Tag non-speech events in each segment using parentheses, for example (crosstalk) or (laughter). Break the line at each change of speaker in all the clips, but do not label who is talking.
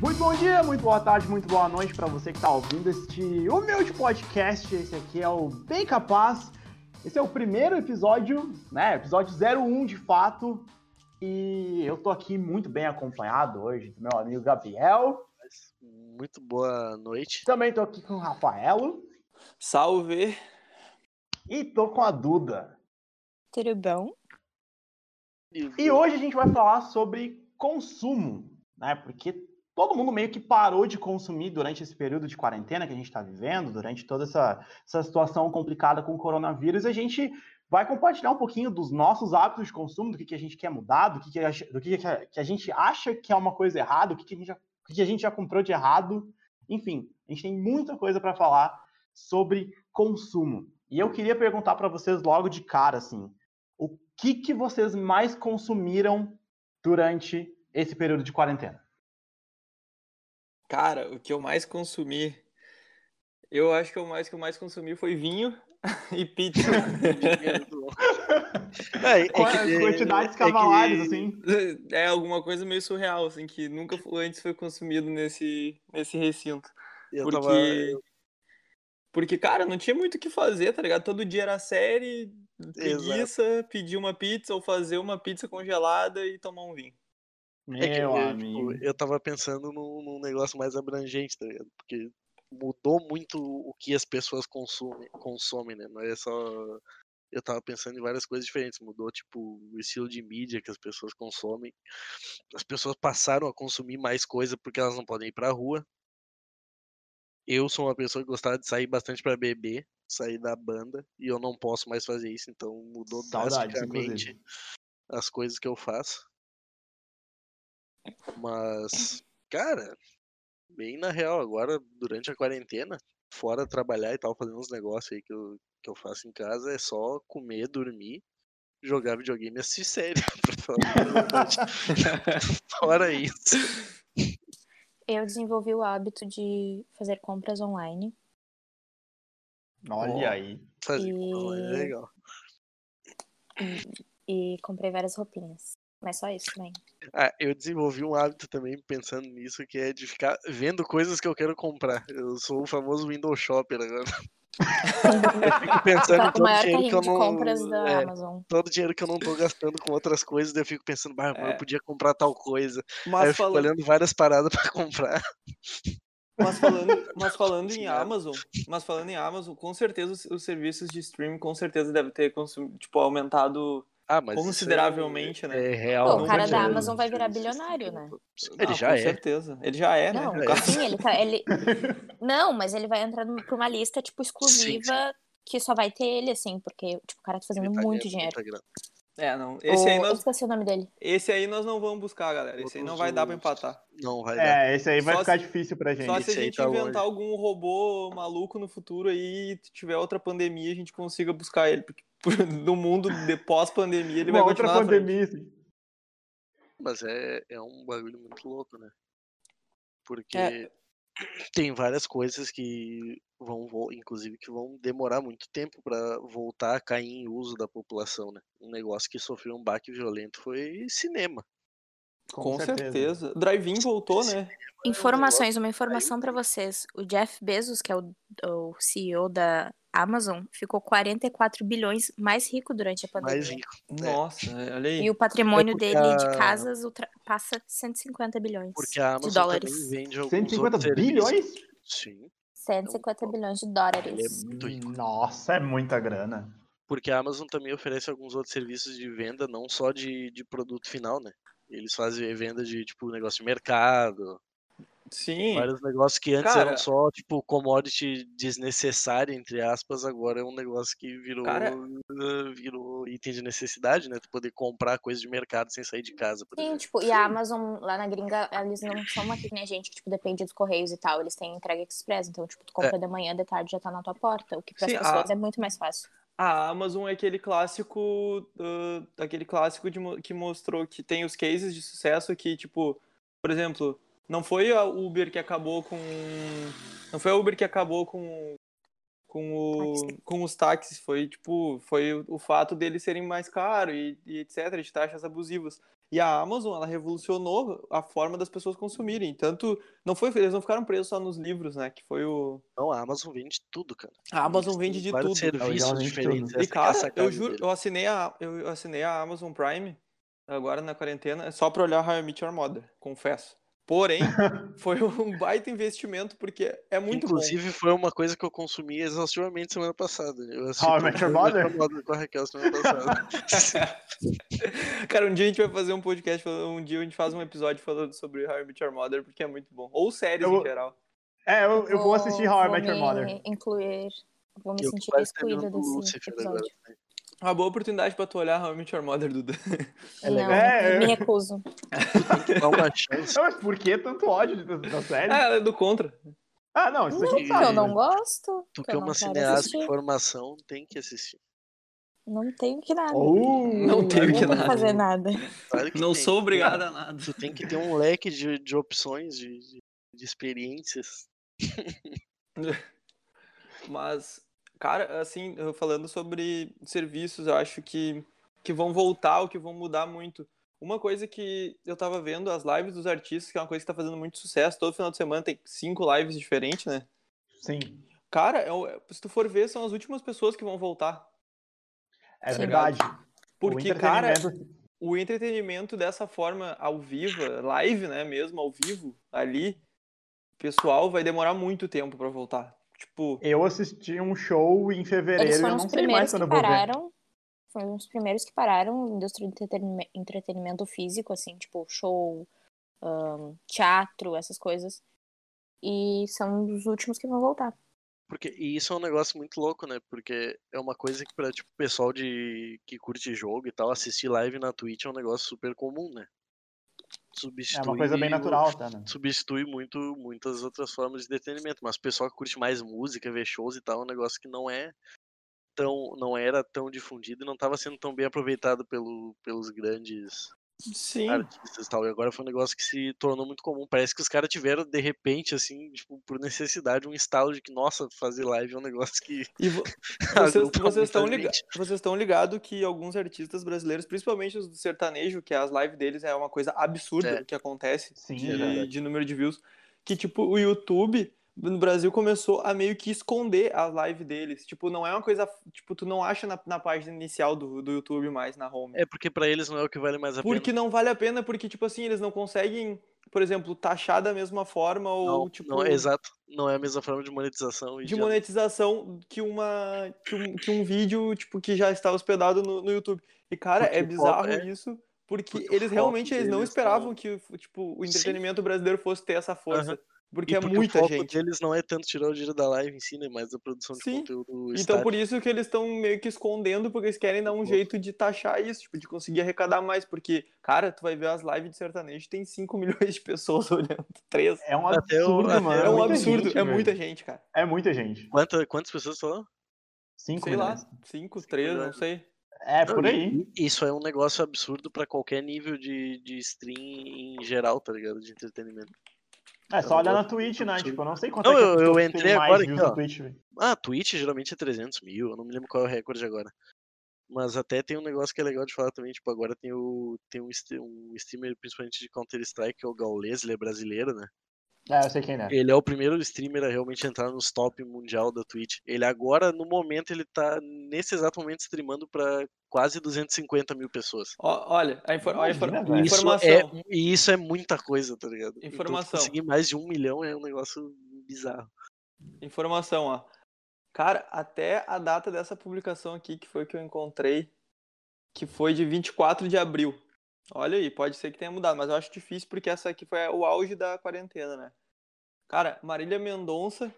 Muito bom dia, muito boa tarde, muito boa noite para você que está ouvindo este humilde podcast. Esse aqui é o Bem Capaz. Esse é o primeiro episódio, né? Episódio 01 de fato. E eu tô aqui muito bem acompanhado hoje do meu amigo Gabriel.
Muito boa noite.
Também tô aqui com o Rafaelo.
Salve!
E tô com a Duda.
Tudo bom?
E
(laughs)
hoje a gente vai falar sobre consumo, né? Porque todo mundo meio que parou de consumir durante esse período de quarentena que a gente está vivendo, durante toda essa, essa situação complicada com o coronavírus, a gente vai compartilhar um pouquinho dos nossos hábitos de consumo, do que, que a gente quer mudar, do, que, que, a, do que, que, a, que a gente acha que é uma coisa errada, o que, que, a, gente já, o que que a gente já comprou de errado. Enfim, a gente tem muita coisa para falar sobre consumo. E eu queria perguntar para vocês logo de cara, assim, o que, que vocês mais consumiram durante esse período de quarentena?
Cara, o que eu mais consumi. Eu acho que o mais que eu mais consumi foi vinho (laughs) e pizza.
um. É, é
Qua-
que-
quantidades
é que-
cavalares, assim.
É alguma coisa meio surreal, assim, que nunca fo- antes foi consumido nesse, nesse recinto.
Eu
porque.
tava- é
Porque, cara, não tinha muito o que fazer, tá ligado? Todo dia era série, preguiça, pedir uma pizza ou fazer uma pizza congelada e tomar um vinho.
É que,
Meu
eu,
(laughs) amigo.
tipo, eu tava pensando num, num negócio mais abrangente, tá ligado? Porque mudou muito o que as pessoas consomem, consomem né? Não é só. Eu tava pensando em várias coisas diferentes. Mudou, tipo, o estilo de mídia que as pessoas consomem. As pessoas passaram a consumir mais coisa porque elas não podem ir pra rua. Eu sou uma pessoa que gostava de sair bastante pra beber, sair da banda, e eu não posso mais fazer isso, então mudou
Saudades,
drasticamente
inclusive.
as coisas que eu faço. Mas, cara, bem na real, agora durante a quarentena, fora trabalhar e tal, fazendo uns negócios aí que eu, que eu faço em casa, é só comer, dormir, jogar videogame e assistir série. (laughs) pra falar a verdade. fora isso.
Eu desenvolvi o hábito de fazer compras online.
Olha aí.
Fazer compras online é
E-
legal.
E comprei várias roupinhas. Mas só isso né? também.
Ah, eu desenvolvi um hábito também pensando nisso, que é de ficar vendo coisas que eu quero comprar. Eu sou o famoso window shopper agora. (laughs) eu fico pensando em todo o
O Tá maior
dinheiro que
carrinho
eu
de
não.
compras da
é,
Amazon.
todo o dinheiro que eu não tô gastando com outras coisas, daí eu fico pensando, bah, mano,
É.
eu podia comprar tal coisa. Aí É, eu
Mas
fico
falando,
olhando várias paradas (laughs) pra comprar.
mas falando,
(laughs)
mas falando em
Sim, é.
Amazon, mas falando em Amazon, com certeza os, os serviços de streaming com certeza deve ter consum- tipo aumentado
Ah, mas isso é-
consideravelmente, né?
É real.
Pô,
o
não
cara
vai
da
ter
Amazon vai virar
serviço
bilionário,
sustentável.
né?
Ele
Ah,
já
é com
é.
certeza. Ele já é,
Não,
né?
é.
No caso.
sim, ele tá. Ele... Não, mas ele vai entrar num- pra uma lista, tipo, exclusiva que só vai ter ele, assim, porque, tipo, o cara tá fazendo
Ele tá
muito
ganhando
dinheiro.
muita grana.
É, não. Esse
O-
aí,
Eu
nós,
esqueci o nome dele.
esse aí nós não vamos buscar, galera. Esse aí não vai dar pra empatar.
Não vai dar.
É, esse aí vai
Só
ficar
se-
difícil pra gente.
Só se a
esse aí
gente
tá
inventar
longe.
algum robô maluco no futuro aí e tiver outra pandemia, a gente consiga buscar ele. Porque (laughs) por- no mundo de pós-pandemia ele vai
Uma outra
continuar. na frente.
pandemia. assim.
Mas é, é um bagulho muito louco, né? Porque
É.
tem várias coisas que vão, vo- inclusive, que vão demorar muito tempo pra voltar a cair em uso da população, né? Um negócio que sofreu um baque violento foi cinema.
Com certeza. Drive-in voltou, né?
é um
Informações, uma informação pra vocês. O Jeff Bezos, que é o, o CEO da Amazon, ficou 44 bilhões mais rico durante a pandemia.
Mais rico. É.
Nossa, olha aí.
E o patrimônio
porque
dele
a-
de casas ultra- passa 150 bilhões
Porque a
de
Amazon
dólares.
também vende alguns
150
outros serviços.
bilhões?
Sim,
150 bilhões de
ele é
dólares.
muito rico.
Nossa, é muita grana.
Porque a Amazon também oferece alguns outros serviços de venda, não só de, de produto final, né? Eles fazem venda de, tipo, negócio de mercado,
Sim.
Vários negócios que antes
Cara-
eram só, tipo, commodity desnecessária, entre aspas, agora é um negócio que virou,
Cara-
uh, virou item de necessidade, né? Tu poder comprar coisa de mercado sem sair de casa, por
Sim,
exemplo.
tipo, e a Amazon lá na gringa, eles não são uma que nem a gente, que, tipo, depende dos correios e tal. Eles têm entrega express, então, tipo, tu
É.
compra de manhã, de tarde já tá na tua porta. O que pras
Sim, a-
pessoas é muito mais fácil.
A Amazon é aquele clássico, ah, aquele clássico de mo- que mostrou que tem os cases de sucesso que, tipo, por exemplo, não foi a Uber que acabou com. Não foi a Uber que acabou com. Com, o, com os táxis, foi tipo, foi o, o fato deles serem mais caros e, e etc, de taxas abusivas. E a Amazon, ela revolucionou a forma das pessoas consumirem. Tanto, não foi, eles não ficaram presos só nos livros, né? Que foi o.
Não, Então, a Amazon vende tudo, cara.
A Amazon vende de
Vários
tudo.
Ela
serviços
vende
diferentes.
tudo.
E
essa
cara,
caça-carne
eu juro,
dele.
eu assinei a, eu eu assinei a Amazon Prime agora na quarentena é só pra olhar How I Met Your Mother, confesso. Porém, foi um baita investimento porque é muito
Inclusive, foi uma coisa que eu consumi exaustivamente semana passada. né? Eu assisti
How I Met Your
How I Met
Mother?
Your Mother com a Raquel semana passada. (laughs)
bom. Cara, um dia a gente vai fazer um podcast, falando- um dia a gente faz um episódio falando sobre How I Met Your Mother porque é muito bom. Ou séries
Eu-
em geral.
É, eu, eu vou assistir How I Met Your Mother.
me incluir. Vou me
Eu
sentir
quase
excluída
terminando
desse
Lucifer agora.
episódio.
Uma boa oportunidade pra tu olhar How I Met Your Mother, Duda.
É
não,
legal. É,
eu
é.
me
(laughs)
recuso.
Dá uma chance.
Não, mas por que tanto ódio da, da
Ah,
série?
ela (laughs) é do contra.
Ah, não, isso a
Não,
gente
porque eu
sabe. né?
não
mas-
gosto.
Tu
porque
que é
eu não
uma
quero
cineasta
assistir.
em formação, tem que assistir.
Não tenho que nada.
Oh,
Não
Eu
tenho que
não vou
nada.
fazer nada.
Claro que
Não
tem.
sou obrigado a nada.
Tu tem que ter um leque de, de opções, de, de, de experiências.
Mas, cara, assim, eu falando sobre serviços, eu acho que, que vão voltar ou que vão mudar muito. Uma coisa que eu tava vendo, as lives dos artistas, que é uma coisa que tá fazendo muito sucesso. Todo final de semana tem cinco lives diferentes, né?
Sim,
Cara, é o- é- se tu for ver, são as últimas pessoas que vão voltar.
é
Sim.
verdade.
Porque,
O
cara,
entretenimento-
o entretenimento dessa forma ao vivo, live, né, mesmo, ao vivo, ali, pessoal, vai demorar muito tempo pra voltar. Tipo,
Eu assisti um show em fevereiro
Eles
e eu
foram
não
os
sei mais
primeiros
quando
que
eu vou ver.
pararam. Foram os primeiros que pararam a indústria do entretenime- entretenimento físico, assim, tipo show, ahn, teatro, essas coisas. E são os últimos que vão voltar.
Porque, e isso é um negócio muito louco, né? Porque é uma coisa que pra tipo, pessoal de, que curte jogo e tal, assistir live na Twitch é um negócio super comum, né?
É
Substitui
uma coisa bem
o-
natural, tá? né?
substitui muito muitas outras formas de entretenimento, mas o pessoal que curte mais música, ver shows e tal, é um negócio que não é tão não era tão difundido e não estava sendo tão bem aproveitado pelo, pelos grandes
sim.
artistas e tal. E agora foi um negócio que se tornou muito comum. Parece que os caras tiveram de repente assim, tipo, por necessidade, um estalo de que nossa, fazer live é um negócio que (laughs)
E vo- (laughs) vocês,
agrupa
vocês, estão
muita
liga
gente.
vocês estão ligados que alguns artistas brasileiros, principalmente os do sertanejo, que as lives deles é uma coisa absurda
É.
que acontece
Sim, é
de,
verdade.
de número de views, que tipo, o YouTube no Brasil começou a meio que esconder a live deles. Tipo, não é uma coisa, tipo, tu não acha na, na página inicial do, do YouTube mais, na home.
É porque pra eles não é o que vale mais a
Porque
pena.
não vale a pena, porque tipo assim, eles não conseguem, por exemplo, taxar da mesma forma ou
Não,
tipo
não, exato, não é a mesma forma de monetização e
de
já-
monetização que uma que um, que um vídeo tipo que já está hospedado no, no YouTube. E cara,
Porque
é
o foco
bizarro
é-
isso, porque,
porque o
eles
foco
realmente eles não
deles
esperavam
são-
que tipo o
Sim.
entretenimento brasileiro fosse ter essa força,
Aham.
porque
E
é
porque
muita
o foco
gente.
deles não é tanto tirar o dinheiro da live em si, né? Mas a produção de
Sim.
conteúdo
Então
estático.
por isso que eles estão meio que escondendo, porque eles querem dar um
Louco.
jeito de taxar isso, tipo, de conseguir arrecadar mais, porque cara, tu vai ver as lives de sertanejo, tem 5 (laughs) milhões de pessoas olhando, 3.
É um
Até o-
absurdo,
até
mano.
É
É, um
muita
absurdo,
gente,
é
velho.
muita gente, cara.
É muita gente.
Quanta- quantas pessoas falaram?
Cinco
Sei lá,
milhões.
5, 3, não
milhões.
sei.
É, por aí.
Uhum.
Isso é um negócio absurdo pra qualquer nível de, de stream em geral, tá ligado? De entretenimento.
É só
Eu
olhar na
gosto
Twitch, né?
muito.
Tipo, eu não sei quanto
Não,
é que
eu-
as
eu
pessoas
entrei
têm mais
agora
views
aqui,
no
ó.
Twitch, velho.
Ah, Twitch geralmente é 300 mil, eu não me lembro qual é o recorde agora. Mas até tem um negócio que é legal de falar também, tipo, agora tem, o, tem um, stre- um streamer, principalmente de Counter-Strike, que é o Gaules, ele é brasileiro, né?
É, eu sei quem é.
Ele é o primeiro streamer a realmente entrar nos top mundial da Twitch. Ele agora, no momento, ele tá, nesse exato momento, streamando pra quase 250 mil pessoas.
Ó, olha, a, infor- ó, a infor-
Imagina, velho.
Isso
informação.
é, e isso é muita coisa, tá ligado? Então, tu
Informação.
conseguir mais de um milhão é um negócio bizarro.
Informação, ó. Cara, até a data dessa publicação aqui, que foi que eu encontrei, que foi de 24 de abril. Olha aí, pode ser que tenha mudado, mas eu acho difícil porque essa aqui foi o auge da quarentena, né? Cara, Marília Mendonça,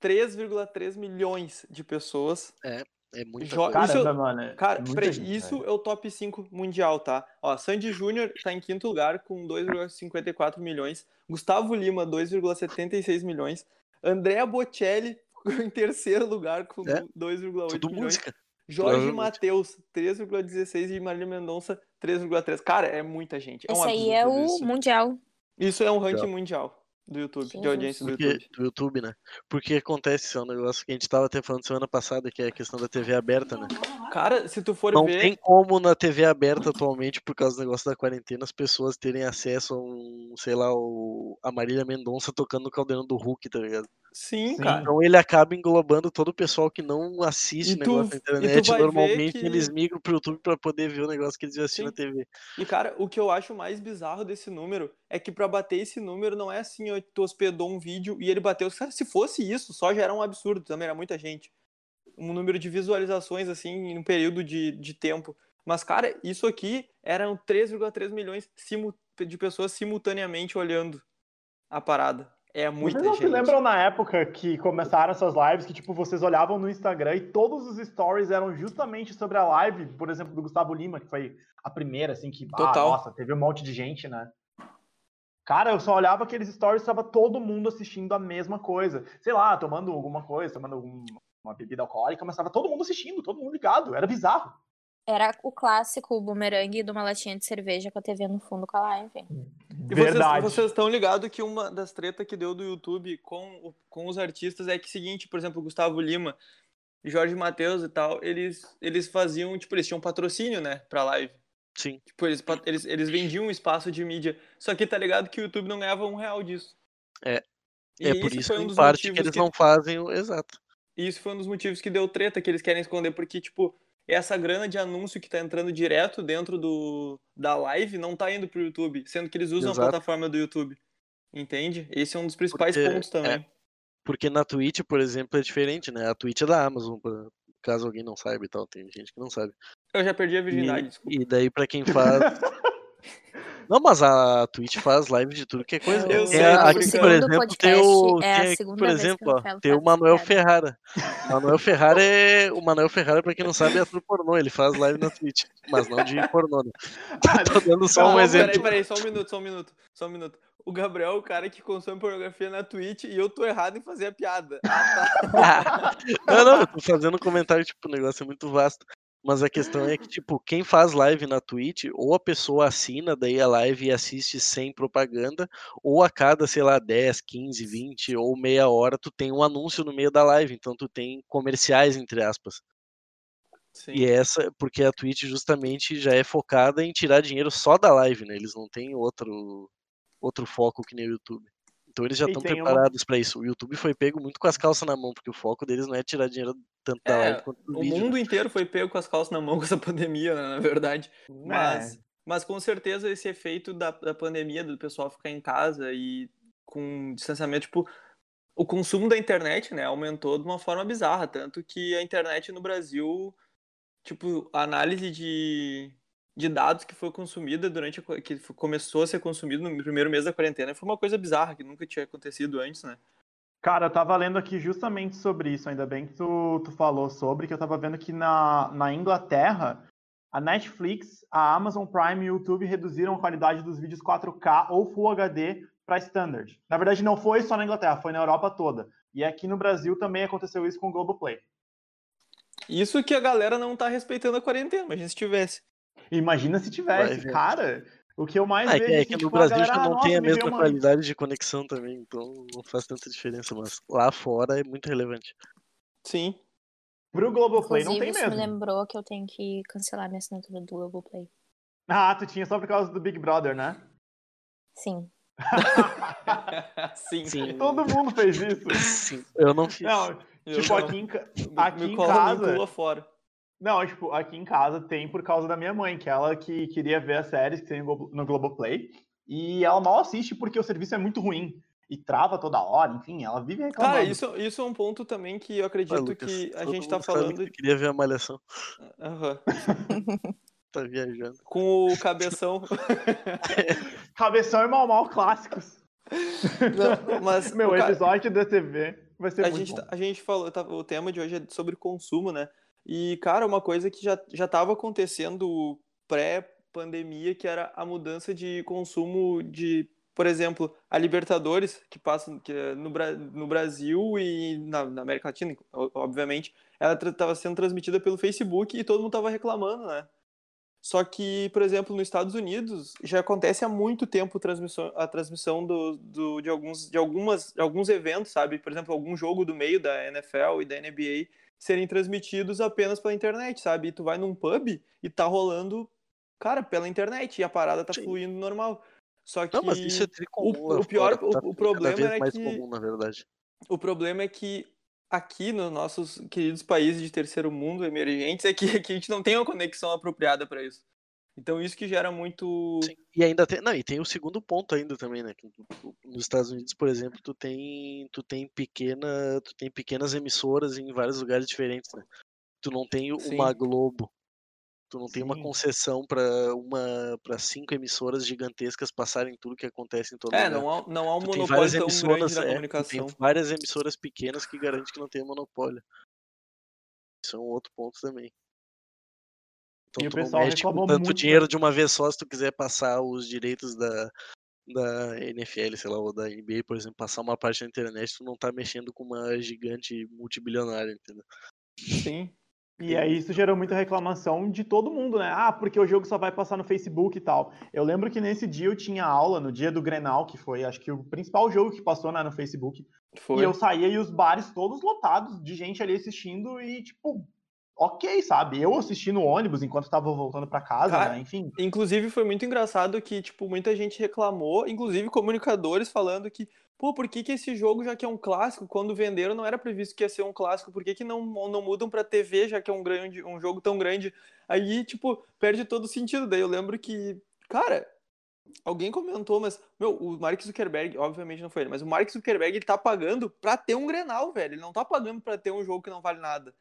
3,3 milhões de pessoas.
É muita
Jo-
coisa.
Cara,
isso-
mano.
Cara,
é muita
pre-
gente,
isso
velho.
é o top 5 mundial, tá? Ó, Sandy Júnior tá em quinto lugar com 2,54 milhões. Gustavo Lima, 2,76 milhões. Andrea Bocelli em terceiro lugar com
É,
2,8
Tudo
milhões.
música.
Jorge
provavelmente.
Matheus, 3,16 e Marília Mendonça, 3,3. Cara, é muita gente. É um
Esse aí é
absurdo
o
isso.
Mundial.
Isso é um ranking
Tá.
mundial. do YouTube, de
Jesus.
audiência do
Porque,
YouTube.
do YouTube, né? Porque acontece isso, é um negócio que a gente tava até falando semana passada, que é a questão da TV aberta, né?
Cara, se tu for
Não
ver.
tem como na TV aberta atualmente, por causa do negócio da quarentena, as pessoas terem acesso a um, sei lá, o, a Marília Mendonça tocando o caldeirão do Hulk, tá ligado?
Sim,
Sim.
cara.
Então ele acaba englobando todo o pessoal que não assiste
É. E
o negócio
tu-
na
e tu vai
internet.
ver
Normalmente
que-
eles migram pro YouTube pra poder ver o negócio que eles já assistiram na
Sim.
TV.
E, cara, o que eu acho mais bizarro desse número é que pra bater esse número não é assim, ó, tu hospedou um vídeo e ele bateu. Cara, se fosse isso, só já era um absurdo também, era muita gente. Um número de visualizações, assim, em um período de, de tempo. Mas, cara, isso aqui eram 3,3 milhões simu- de pessoas simultaneamente olhando a parada. É muita
Vocês não se
gente.
lembram na época que começaram essas lives que, tipo, vocês olhavam no Instagram e todos os stories eram justamente sobre a live, por exemplo, do Gustavo Lima, que foi a primeira, assim, que, ah,
Total.
nossa, teve um monte de gente, né? Cara, eu só olhava aqueles stories e tava todo mundo assistindo a mesma coisa. Sei lá, tomando alguma coisa, tomando algum- uma bebida alcoólica, mas tava todo mundo assistindo, todo mundo ligado, era bizarro.
Era o clássico, o bumerangue de uma latinha de cerveja com a TV no fundo com a live.
E vocês-
(laughs)
vocês estão ligados que uma das tretas que deu do YouTube com, o- com os artistas é que seguinte, por exemplo, Gustavo Lima, Jorge Matheus e tal, eles, eles faziam, tipo, eles tinham patrocínio, né, pra live.
Sim.
Tipo, eles, pa- eles, eles vendiam um espaço de mídia. Só que tá ligado que o YouTube não ganhava um real disso.
É.
E
é por isso,
foi um
em
dos
parte, que
motivos
eles
que-
não fazem o. Exato.
e isso foi um dos motivos que deu treta, que eles querem esconder, porque, tipo, essa grana de anúncio que tá entrando direto dentro do, da live não tá indo pro YouTube, sendo que eles usam
Exato.
a plataforma do YouTube. Entende? Esse é um dos principais
Porque, é.
pontos também.
Porque na Twitch, por exemplo, é diferente, né? A Twitch é da Amazon, pra- caso alguém não saiba e tal, tem gente que não sabe.
Eu já perdi a virgindade,
E,
desculpa.
e daí pra quem faz. Não, mas a Twitch faz live de tudo que é coisa.
Eu
Tem
sei,
a-
tô
aqui,
brincando.
por
O segundo
exemplo, tem o.
podcast é a
tem aqui,
segunda
por
vez que
exemplo,
eu
ó,
falo
tem o
essa
Manuel
piada.
Ferrara. Manuel Ferrara é. O Manuel Ferrara, pra quem não sabe, é ator pornô. Ele faz live na Twitch, mas não de pornô. Né?
Ah,
Tô dando só
Não,
um
não,
exemplo.
Peraí, peraí, só um minuto, só um minuto, só um minuto. O Gabriel é o cara que consome pornografia na Twitch e eu tô errado em fazer a piada.
não, não, eu tô fazendo um comentário, tipo, o negócio é muito vasto. Mas a questão é que, tipo, quem faz live na Twitch, ou a pessoa assina daí a live e assiste sem propaganda, ou a cada, sei lá, 10, 15, 20 ou meia hora, tu tem um anúncio no meio da live. Então tu tem comerciais, entre aspas.
Sim.
E essa, porque a Twitch justamente já é focada em tirar dinheiro só da live, né? Eles não têm outro, outro foco que nem o YouTube. Então eles já
E
estão
tem uma-
preparados pra isso. O YouTube foi pego muito com as calças na mão, porque o foco deles não é tirar dinheiro tanto da
É,
live quanto do
O
vídeo. né?
mundo inteiro foi pego com as calças na mão com essa pandemia, né, na verdade.
É.
Mas, mas com certeza esse efeito da, da pandemia, do pessoal ficar em casa e com distanciamento, tipo, o consumo da internet, né, aumentou de uma forma bizarra, tanto que a internet no Brasil, tipo, a análise de, de dados que foi consumida durante, a qua- que f- começou a ser consumido no primeiro mês da quarentena, foi uma coisa bizarra, que nunca tinha acontecido antes, né.
Cara, eu tava lendo aqui justamente sobre isso, ainda bem que tu, tu falou sobre, que eu tava vendo que na, na Inglaterra, a Netflix, a Amazon Prime e o YouTube reduziram a qualidade dos vídeos 4K ou Full HD para standard. Na verdade, não foi só na Inglaterra, foi na Europa toda. E aqui no Brasil também aconteceu isso com o Globoplay.
Isso que a galera não tá respeitando a quarentena, imagina se tivesse.
Imagina se
Vai
tivesse,
ver.
cara, o que eu mais
Ah, é
vejo...
que, é
assim,
que no
tipo,
Brasil
galera,
já
"Ah,
não
nossa,
tem a
me veio
mesma
uma-
qualidade de conexão também, então não faz tanta diferença, mas lá fora é muito relevante.
Sim.
Pro Globoplay não
Inclusive,
tem
isso
mesmo.
me lembrou que eu tenho que cancelar minha assinatura do Globoplay.
Ah, tu tinha só por causa do Big Brother, né?
Sim.
(laughs) Sim.
Sim,
Todo mundo fez
(laughs)
isso.
sim. Eu não fiz.
Não,
Eu
tipo,
não.
aqui em, ca-
Me-
aqui
me
em
cola,
casa-
Me pula fora.
Não, tipo, aqui em casa tem por causa da minha mãe, que é ela que queria ver as séries que tem no Globo- no Globoplay, e ela mal assiste porque o serviço é muito ruim, e trava toda hora, enfim, ela vive reclamando.
Cara, isso, isso é um ponto também que eu acredito
Ah, Lucas, (laughs)
que a
todo
gente tá
mundo sabe
falando
Que eu queria ver a malhação.
Aham.
Tá viajando.
com o cabeção.
Cabeção e mal mal clássicos.
Não, mas
(laughs) Meu
o cara-
episódio da TV vai ser
a
muito
gente,
bom.
tá- a gente falou, tá- o tema de hoje é sobre consumo, né? E, cara, uma coisa que já, já tava acontecendo pré-pandemia, que era a mudança de consumo de, por exemplo, a Libertadores, que passa que é no, Bra- no Brasil e na, na América Latina, o- obviamente, ela tra- tava sendo transmitida pelo Facebook e todo mundo tava reclamando, né? Só que, por exemplo, nos Estados Unidos já acontece há muito tempo transmissão, a transmissão do, do, de, alguns, de, algumas, de alguns eventos, sabe? Por exemplo, algum jogo do meio da NFL e da NBA serem transmitidos apenas pela internet, sabe? E tu vai num pub e tá rolando, cara, pela internet e a parada tá
Sim.
fluindo normal. Só que
Não, mas isso é tricomum.
o- o pior- o- o problema é
mais
que-
comum, na verdade.
o problema é que aqui nos nossos queridos países de terceiro mundo emergentes é que, que a gente não tem uma conexão apropriada pra isso. Então isso que gera muito
Sim. E ainda tem, não, e tem o segundo ponto ainda também, né? que tu- tu- nos Estados Unidos, por exemplo, tu tem, tu tem pequena, tu tem pequenas emissoras em vários lugares diferentes, né? Tu não tem uma
Sim.
Globo, tu não tem uma
Sim.
concessão para uma para cinco emissoras gigantescas passarem tudo que acontece em todo
É,
lugar.
não há, não há um
Tu tem
monopólio
várias
tão grande
emissoras,
da
é, tu tem
comunicação.
várias emissoras pequenas que garante que não tem monopólio. Isso é um outro ponto também. Então,
E o
tu não
pessoal
mexe com
reclamou
tanto
muito
dinheiro de uma vez só se tu quiser passar os direitos da, da NFL, sei lá, ou da NBA, por exemplo, passar uma parte na internet, tu não tá mexendo com uma gigante multibilionária, entendeu?
Sim.
E aí isso gerou muita reclamação de todo mundo, né? Ah, porque o jogo só vai passar no Facebook e tal. Eu lembro que nesse dia eu tinha aula, no dia do Grenal, que foi acho que o principal jogo que passou né, no Facebook.
Foi.
E eu saía e os bares todos lotados de gente ali assistindo e, tipo, ok, sabe? Eu assisti no ônibus enquanto tava voltando pra casa,
Cara,
né? Enfim.
Inclusive, foi muito engraçado que, tipo, muita gente reclamou, inclusive comunicadores falando que, pô, por que, que esse jogo, já que é um clássico, quando venderam não era previsto que ia ser um clássico, por que, que não, não mudam pra TV, já que é um, grande, um jogo tão grande? Aí, tipo, perde todo o sentido. Daí eu lembro que, cara, alguém comentou, mas, meu, o Mark Zuckerberg, obviamente não foi ele, mas o Mark Zuckerberg, ele tá pagando pra ter um Grenal, velho. Ele não tá pagando pra ter um jogo que não vale nada.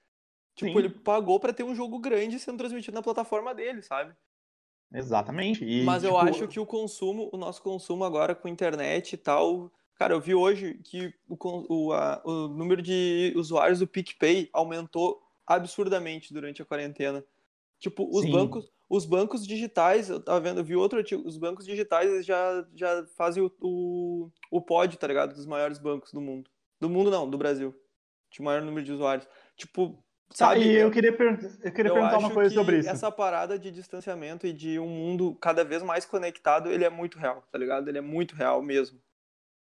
Tipo,
Sim.
ele pagou pra ter um jogo grande sendo transmitido na plataforma dele, sabe?
Exatamente. E,
Mas eu
tipo,
acho que o consumo, o nosso consumo agora com internet e tal. Cara, eu vi hoje que o, con- o, a- o número de usuários do PicPay aumentou absurdamente durante a quarentena. Tipo, os
Sim.
bancos, os bancos digitais, eu tava vendo, eu vi outro artigo, os bancos digitais eles já, já fazem o, o, o pod, tá ligado? Dos maiores bancos do mundo. Do mundo não, do Brasil. De maior número de usuários. Tipo,
Tá,
sabe?
e eu queria, per- eu queria
Eu
perguntar uma
acho
coisa
que
sobre isso.
Essa parada de distanciamento e de um mundo cada vez mais conectado, ele é muito real, tá ligado? Ele é muito real mesmo.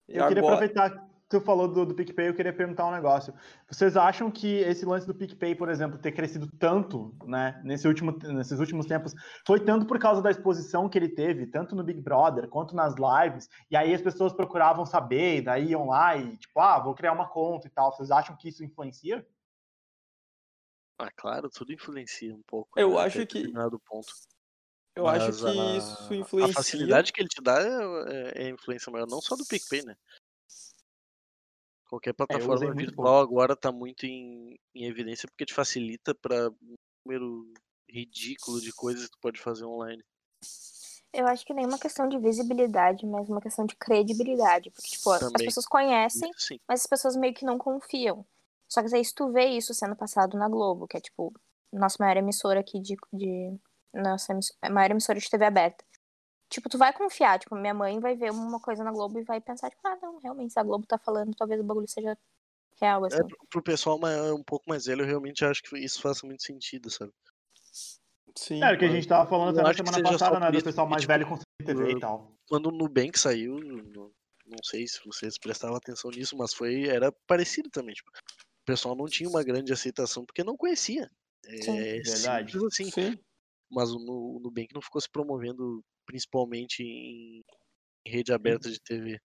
E
Eu queria
agora-
aproveitar que tu falou do, do PicPay, eu queria perguntar um negócio. Vocês acham que esse lance do PicPay, por exemplo, ter crescido tanto, né, nesse último, nesses últimos tempos, foi tanto por causa da exposição que ele teve, tanto no Big Brother quanto nas lives, e aí as pessoas procuravam saber, e daí iam lá e, tipo, ah, vou criar uma conta e tal. Vocês acham que isso influencia?
Ah, claro, tudo influencia um pouco.
Eu
né,
acho
até
que-
determinado ponto.
Eu acho
Mas
que
a-
isso influencia.
A facilidade que ele te dá é, é- é a influência maior, não só do PicPay, né?
É,
Qualquer plataforma
muito
virtual
pouco.
agora tá muito em, em evidência porque te facilita para um número ridículo de coisas que tu pode fazer online.
Eu acho que nem uma questão de visibilidade, mas uma questão de credibilidade. Porque, tipo, as
Também.
pessoas conhecem,
Isso sim.
mas as pessoas meio que não confiam. Só que aí, se tu vê isso sendo passado na Globo, que é, tipo, nossa maior emissora aqui de. de nossa emiss- maior emissora de TV aberta. Tipo, tu vai confiar. Tipo, minha mãe vai ver uma coisa na Globo e vai pensar, tipo, ah, não, realmente, se a Globo tá falando, talvez o bagulho seja real, assim.
É, pro- pro pessoal ma- um pouco mais velho, eu realmente acho que isso faça muito sentido, sabe?
Sim.
É, o que a gente tava falando
Eu
até na
acho que
semana
seja só
passada, né,
por
do
isso,
pessoal
porque,
mais
tipo,
velho consumir TV
uh,
e tal.
Quando o Nubank saiu, não, não sei se vocês prestavam atenção nisso, mas foi era parecido também. Tipo, o pessoal não tinha uma grande aceitação porque não conhecia.
Sim.
É
Verdade.
simples assim.
Sim.
mas o, Nu- o Nubank não ficou se promovendo principalmente em, em rede
Uhum.
aberta de TV.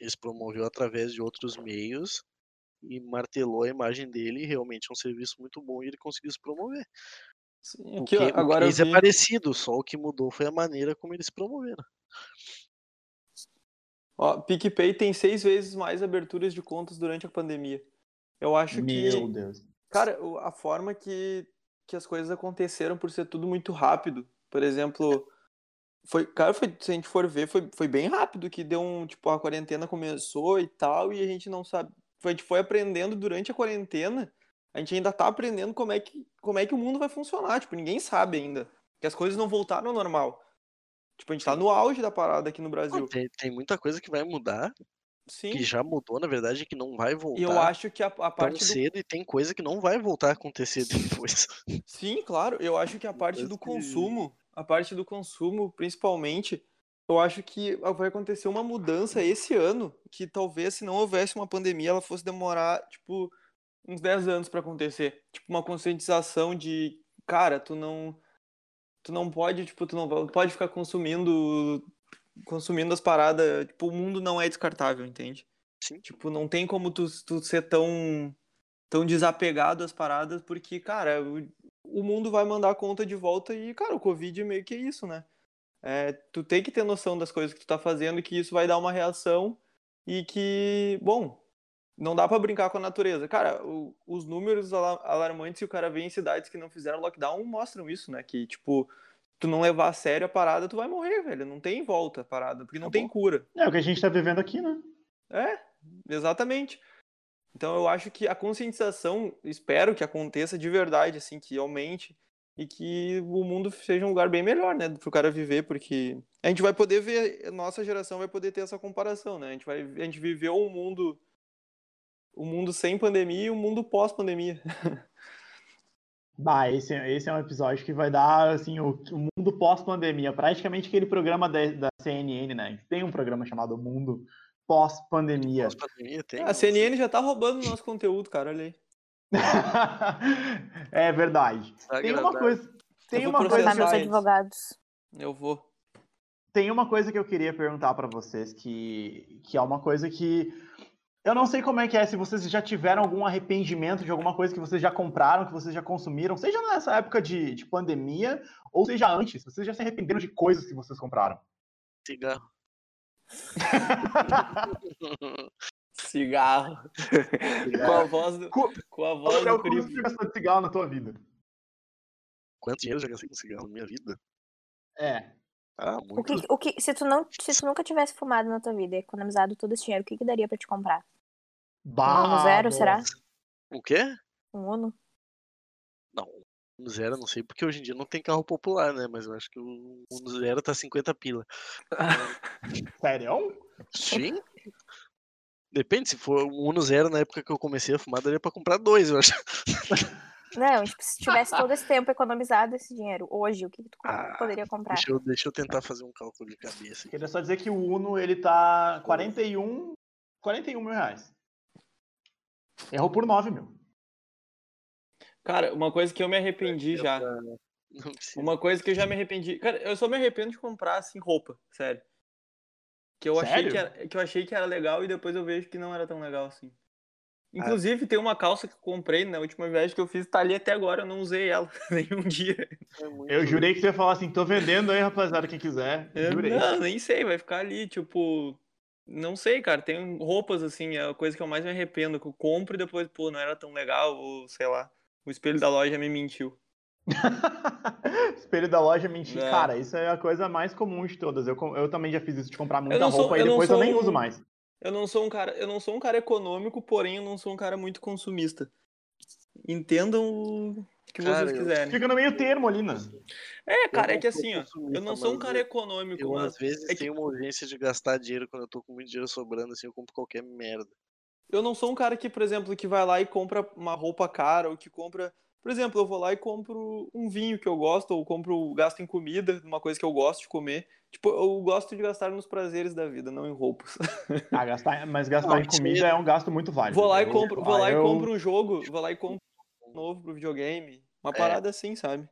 Ele se promoveu através de outros meios e martelou a imagem dele. e Realmente é um serviço muito bom e ele conseguiu se promover.
Sim,
O, que,
aqui, É ó, agora
o
eu
case
vi-
é parecido, só o que mudou foi a maneira como eles se promoveram.
ó, PicPay tem seis vezes mais aberturas de contas durante a pandemia. Eu acho que
Meu Deus.
Cara, o- a forma que, que as coisas aconteceram por ser tudo muito rápido. Por exemplo, foi, cara, foi, se a gente for ver, foi, foi bem rápido que deu um, tipo, a quarentena começou e tal, e a gente não sabe, foi- a gente foi aprendendo durante a quarentena, a gente ainda tá aprendendo como é que, como é que o mundo vai funcionar, tipo, ninguém sabe ainda, que as coisas não voltaram ao normal. Tipo, a gente tá no auge da parada aqui no Brasil.
Tem, tem muita coisa que vai mudar
Sim.
que já mudou, na verdade, que não vai voltar Então,
E eu acho que a, a
tão
parte do
cedo e tem coisa que não vai voltar a acontecer depois. (laughs)
Sim, claro. Eu acho que a parte do
Parece que-
consumo, a parte do consumo, principalmente, eu acho que vai acontecer uma mudança esse ano, que talvez se não houvesse uma pandemia, ela fosse demorar, tipo, uns 10 anos pra acontecer. Tipo, uma conscientização de, cara, tu não tu não pode, tipo, tu não pode ficar consumindo consumindo as paradas, tipo, o mundo não é descartável, entende?
Sim.
Tipo, não tem como tu, tu ser tão tão desapegado às paradas, porque, cara, o, o mundo vai mandar a conta de volta e, cara, o Covid meio que é isso, né? É, tu tem que ter noção das coisas que tu tá fazendo, que isso vai dar uma reação e que, bom, não dá pra brincar com a natureza. Cara, o- os números ala- alarmantes que o cara vê em cidades que não fizeram lockdown mostram isso, né? Que, tipo, tu não levar a sério a parada, tu vai morrer, velho. Não tem volta a parada, porque não tem cura.
É o que a gente tá vivendo aqui, né?
É, exatamente. Então eu acho que a conscientização, espero que aconteça de verdade, assim, que aumente e que o mundo seja um lugar bem melhor, né, pro cara viver, porque a gente vai poder ver, a nossa geração vai poder ter essa comparação, né? A gente vai, a gente viveu um mundo um mundo sem pandemia e um mundo pós-pandemia.
Bah, esse, esse é um episódio que vai dar assim o, o mundo pós-pandemia, praticamente aquele programa da, da CNN, né? Tem um programa chamado Mundo Pós-Pandemia. (laughs)
Pós-pandemia tem,
é. (laughs) A CNN já tá roubando o nosso conteúdo, cara, olha aí.
é verdade.
Tá
Tem uma
desagradável.
coisa, tem
vou
uma coisa, que
Tá,
processar
eu-
meus
Society.
advogados.
Eu vou.
tem uma coisa que eu queria perguntar pra vocês que que é uma coisa que eu não sei como é que é, se vocês já tiveram algum arrependimento de alguma coisa que vocês já compraram, que vocês já consumiram, seja nessa época de, de pandemia, ou seja antes, vocês já se arrependeram de coisas que vocês compraram.
Cigarro.
Cigarro. Com a voz do,
É. Cu-
com a
Qual
voz
é
do
o
Cristo.
custo de gastar de cigarro na tua vida?
Quanto dinheiro eu já gastei com cigarro na minha vida?
É.
Ah,
O
muito.
que, o que, se, tu não, se tu nunca tivesse fumado na tua vida e economizado todo esse dinheiro, o que, que daria pra te comprar? Um ano zero, será?
O quê?
Um Uno?
Não, um zero, não sei, porque hoje em dia não tem carro popular, né? Mas eu acho que o um zero tá 50 pila.
Sério?
Sim. Depende, se for um Uno zero na época que eu comecei a fumar, daria pra comprar dois, eu
É.
acho. (laughs)
Não, tipo, se tivesse todo esse tempo economizado esse dinheiro hoje, o que, que tu
Ah,
poderia comprar?
Deixa eu, deixa eu tentar fazer um cálculo de cabeça. aqui.
Queria só dizer que o Uno, ele tá 41, 41 mil reais. Errou por 9 mil.
Cara, uma coisa que eu me arrependi já.
(laughs) Não precisa.
Uma coisa que eu já me arrependi. Cara, eu só me arrependo de comprar assim roupa, sério. Que eu achei
Sério?
que era, que eu achei que era legal e depois eu vejo que não era tão legal assim. Inclusive, tem uma calça que eu comprei na última viagem que eu fiz, tá ali até agora, eu não usei ela (laughs) nenhum dia.
É muito-
Eu jurei que você ia falar assim, tô vendendo aí, rapaziada, quem quiser.
Eu
Jurei.
não, nem sei, vai ficar ali, tipo. Não sei, cara. Tem roupas assim, é a coisa que eu mais me arrependo, que eu compro e depois, pô, não era tão legal, ou sei lá. O espelho da loja me mentiu.
Espelho da loja mentir.
É.
Cara, isso é a coisa mais comum de todas. Eu, com- eu também já fiz isso de comprar muita
não sou-
roupa e
eu não
depois eu
sou
nem
um-
uso mais.
Eu não sou um cara, eu não sou um cara econômico, porém eu não sou um cara muito consumista. Entendam o que
Cara,
vocês
eu-
quiserem.
Fica no meio termo ali, né?
É, cara,
não
é que
sou
assim, ó, eu não
consumista,
sou um
mas
cara
eu-
econômico,
Eu,
mas
às vezes,
é que-
tenho uma urgência de gastar dinheiro quando eu tô com muito dinheiro sobrando, assim, eu compro qualquer merda.
eu não sou um cara que, por exemplo, que vai lá e compra uma roupa cara ou que compra, por exemplo, eu vou lá e compro um vinho que eu gosto ou compro gasto em comida, uma coisa que eu gosto de comer. Tipo, eu gosto de gastar nos prazeres da vida, não em roupas.
Ah, gastar, mas gastar
Não,
em
isso
comida é um gasto muito válido.
Vou lá e
Eu-
compro, vou
ah,
lá e
eu-
compro um jogo, vou lá e
(laughs)
compro um novo pro videogame. Uma
É.
parada assim, sabe?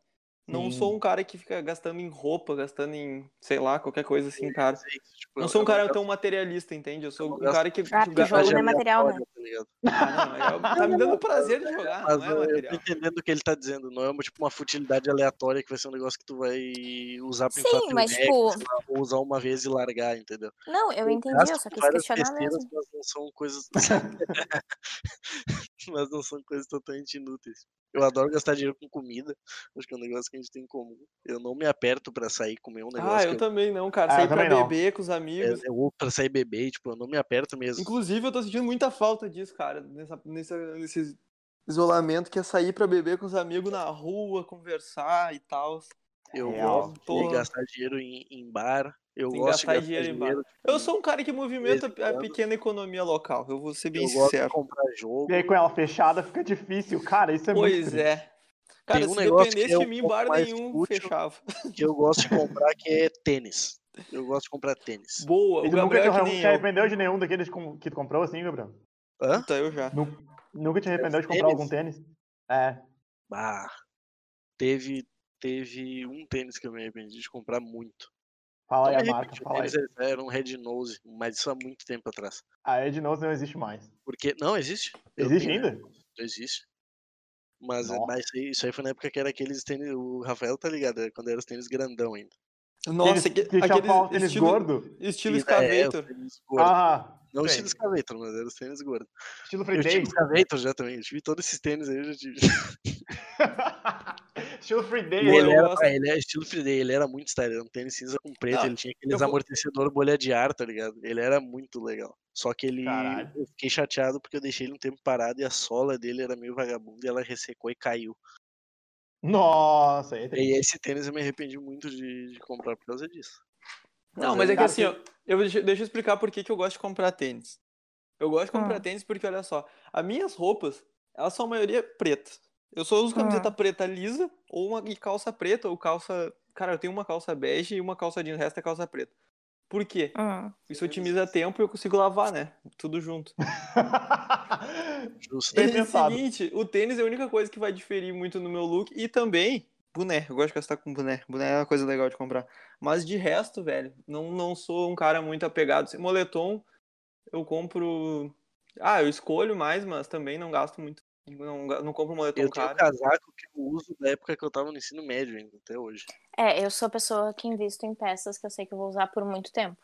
Não
Sim.
sou um cara que fica gastando em roupa, gastando em, sei lá, qualquer coisa assim, cara.
sei, tipo, eu-
Não sou um
eu
cara
gasto-
tão materialista, entende? Eu
eu
sou
não
um
gasto-
cara que.
Ah,
que
porque
gasta-
jogo não é material, né?
tá ligado?
Ah, não,
(laughs)
é- tá me dando prazer de jogar,
Mas
não é
eu- eu tô
material.
entendendo o que ele tá dizendo. Não é uma, tipo, uma futilidade aleatória que vai ser um negócio que tu vai usar pra
Sim,
inflar teu
mas,
deck,
tipo-
sei lá, ou usar uma vez e largar, entendeu?
Não, eu entendi,
gasto
eu só
com
quis
várias
questionar
besteiras,
mesmo.
Mas não são
(laughs)
coisas. (laughs) mas não são coisas totalmente inúteis. Eu adoro gastar dinheiro com comida. Acho que é um negócio que a gente tem em comum. Eu não me aperto pra sair e comer um negócio.
Ah,
que
eu também não, cara.
Ah, eu
Sair pra
também não.
beber com os amigos.
É, é, ou pra sair beber, e, tipo, eu não me aperto mesmo.
Inclusive, eu tô sentindo muita falta disso, cara. Nessa, nessa- nesse isolamento que é sair pra beber com os amigos na rua, conversar e tal.
eu
Real.
gosto de
Tô-
gastar dinheiro em, em bar, Eu
É Tem
gosto de
que gastar
gastar
dinheiro
dinheiro.
em Eu sou um cara que movimenta
Esse
a
ano-
pequena economia local, eu vou ser bem
eu gosto de
sincero.
comprar jogo.
(laughs)
E aí com ela fechada fica difícil, cara. Isso é muito
Pois
triste.
é. Cara,
um
se
negócio que
dependesse
é
de
um
mim,
pouco
bar
mais
nenhum
útil.
fechava.
que eu gosto de comprar que é tênis. Eu gosto de comprar tênis.
Boa,
E
o
tu nunca
Gabriel
te
é que
um
arre-
nem
te
eu.
arrependeu de nenhum daqueles com- que tu comprou, assim, Gabriel?
Hã?
Puta, eu já.
Nu- Nunca te arrependeu de
Tênis?
comprar algum tênis? É.
Bah. Teve, teve um tênis que eu me arrependi de comprar muito.
Fala aí
Eu
a
me
marca,
arrependi, o
fala aí.
tênis
é
era um Red Nose, mas isso há muito tempo atrás.
A Ed Nose não existe mais.
Porque. Não, existe. Eu
Existe
tenho,
ainda?
né? Existe. Mas,
Nossa.
mas isso aí- isso aí foi na época que era aqueles tênis. O Rafael tá ligado, era quando era os tênis grandão ainda.
Nossa,
tênis,
que,
que tinha pau-
aquele
tênis
estilo,
gordo?
estilo
E- é, os
Excavator.
tênis gordos.
Ah,
não
sei.
estilo escavetor, mas era os tênis gordos.
estilo
Eu
Free
tive
Day.
escavetor já também. Eu tive todos esses tênis aí, eu já tive.
(laughs) estilo Free Day.
E
Eu
ele, era,
gosto.
ah, ele é estilo Free Day, ele era muito style, era um tênis cinza com preto,
Ah,
ele tinha aqueles
vou-
amortecedor bolha de ar, tá ligado? Ele era muito legal. Só que ele
Caralho.
eu fiquei chateado porque eu deixei ele um tempo parado e a sola dele era meio vagabunda e ela ressecou e caiu.
Nossa, aí tem- (laughs)
E esse tênis eu me arrependi muito de, de comprar por causa disso.
Não, mas é que
Cara,
assim, ó, eu, deixa, deixa eu explicar por que, que eu gosto de comprar tênis. Eu gosto de comprar
Ah.
tênis porque, olha só, as minhas roupas, elas são a maioria pretas. Eu só uso
Ah.
camiseta preta lisa ou uma e calça preta ou calça. Cara, eu tenho uma calça bege e uma calça jeans, o resto é calça preta. Por quê?
Hum.
Isso otimiza tempo e eu consigo lavar, né? Tudo junto.
Justo.
Bem
E é o
pensado.
seguinte, o tênis é a única coisa que vai diferir muito no meu look e também boné. Eu gosto de gastar com boné. Boné é uma coisa legal de comprar. Mas de resto, velho, não, não sou um cara muito apegado. Assim, Moletom, eu compro. Ah, eu escolho mais, mas também não gasto muito. Não, ga- não compro moletom
Eu tenho um
caro.
casaco que eu uso da época que eu tava no ensino médio ainda, até hoje.
É, eu sou a pessoa que invisto em peças que eu sei que eu vou usar por muito tempo.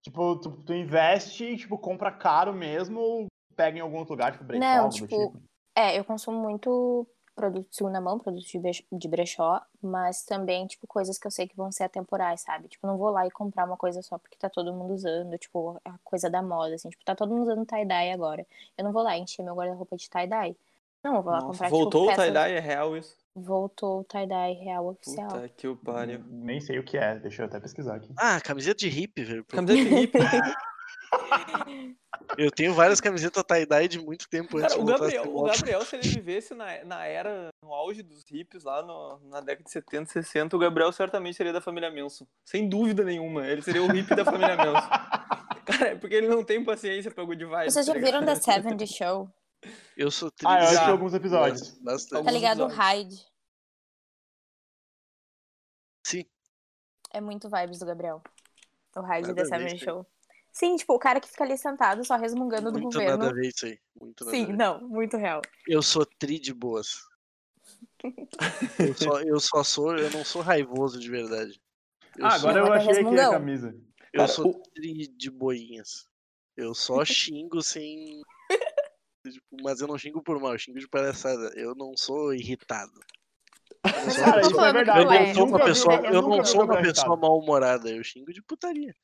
Tipo, tu, tu investe e, tipo, compra caro mesmo ou pega em algum outro lugar, tipo, brechó,
Não,
algo do
tipo, É, eu consumo muito produto de segunda mão, produtos de brech- de brechó, mas também, tipo, coisas que eu sei que vão ser atemporais, sabe? Tipo, não vou lá e comprar uma coisa só porque tá todo mundo usando, tipo, a coisa da moda, assim. Tipo, tá todo mundo usando tie-dye agora. Eu não vou lá encher meu guarda-roupa de tie-dye. Não, eu vou lá
Nossa,
comprar,
voltou
tipo,
o tie-dye, é real isso.
Voltou o tie-dye real oficial.
Puta que o pariu.
Nem sei o que é, deixa eu até pesquisar aqui.
Ah, camiseta de hippie, velho. pô.
Camiseta de
(laughs)
hippie.
Eu tenho várias camisetas tie-dye de muito tempo antes
Cara, o
de voltar a
Gabriel,
ser
o
moda.
Gabriel, se ele vivesse na, na era, no auge dos hippies, lá no- na década de 70, 60, o Gabriel certamente seria da família Manson. Sem dúvida nenhuma, ele seria o hippie da
(laughs)
família Manson. Cara, é porque ele não tem paciência pra good vibes.
Vocês já
tá
viram
ligado? (laughs)
The 70 Show?
Eu sou triste.
Ah, eu
já.
assisti alguns episódios.
Tá
Alguns
Bastante.
ligado? O
episódios.
Hyde.
Sim.
É muito vibes do Gabriel. O Hyde
Nada
The
a ver,
70
isso aí.
Show. Sim, tipo, o cara que fica ali sentado só resmungando do
Muito
governo.
nada a ver isso aí. Muito nada a
Sim,
ver.
não, muito real.
Eu sou tri de boas. eu, só,
(laughs)
eu só sou, eu não sou raivoso de verdade. Eu
Ah,
sou,
agora
Não,
eu
mas é
achei aqui a
resmungão.
camisa.
eu
Cara,
sou
o-
tri de boinhas.
(laughs)
Eu só xingo sem. tipo, mas eu não xingo por mal, eu xingo de palhaçada. Eu não sou irritado. Eu não sou uma
Cara, isso é
pessoa-
falando que
verdade.
eu não
tu é.
sou uma
nunca vi-
pessoa, eu
nunca
não
vi
sou
o
uma
Gabriel
pessoa
irritado.
mal-humorada, eu xingo de putaria.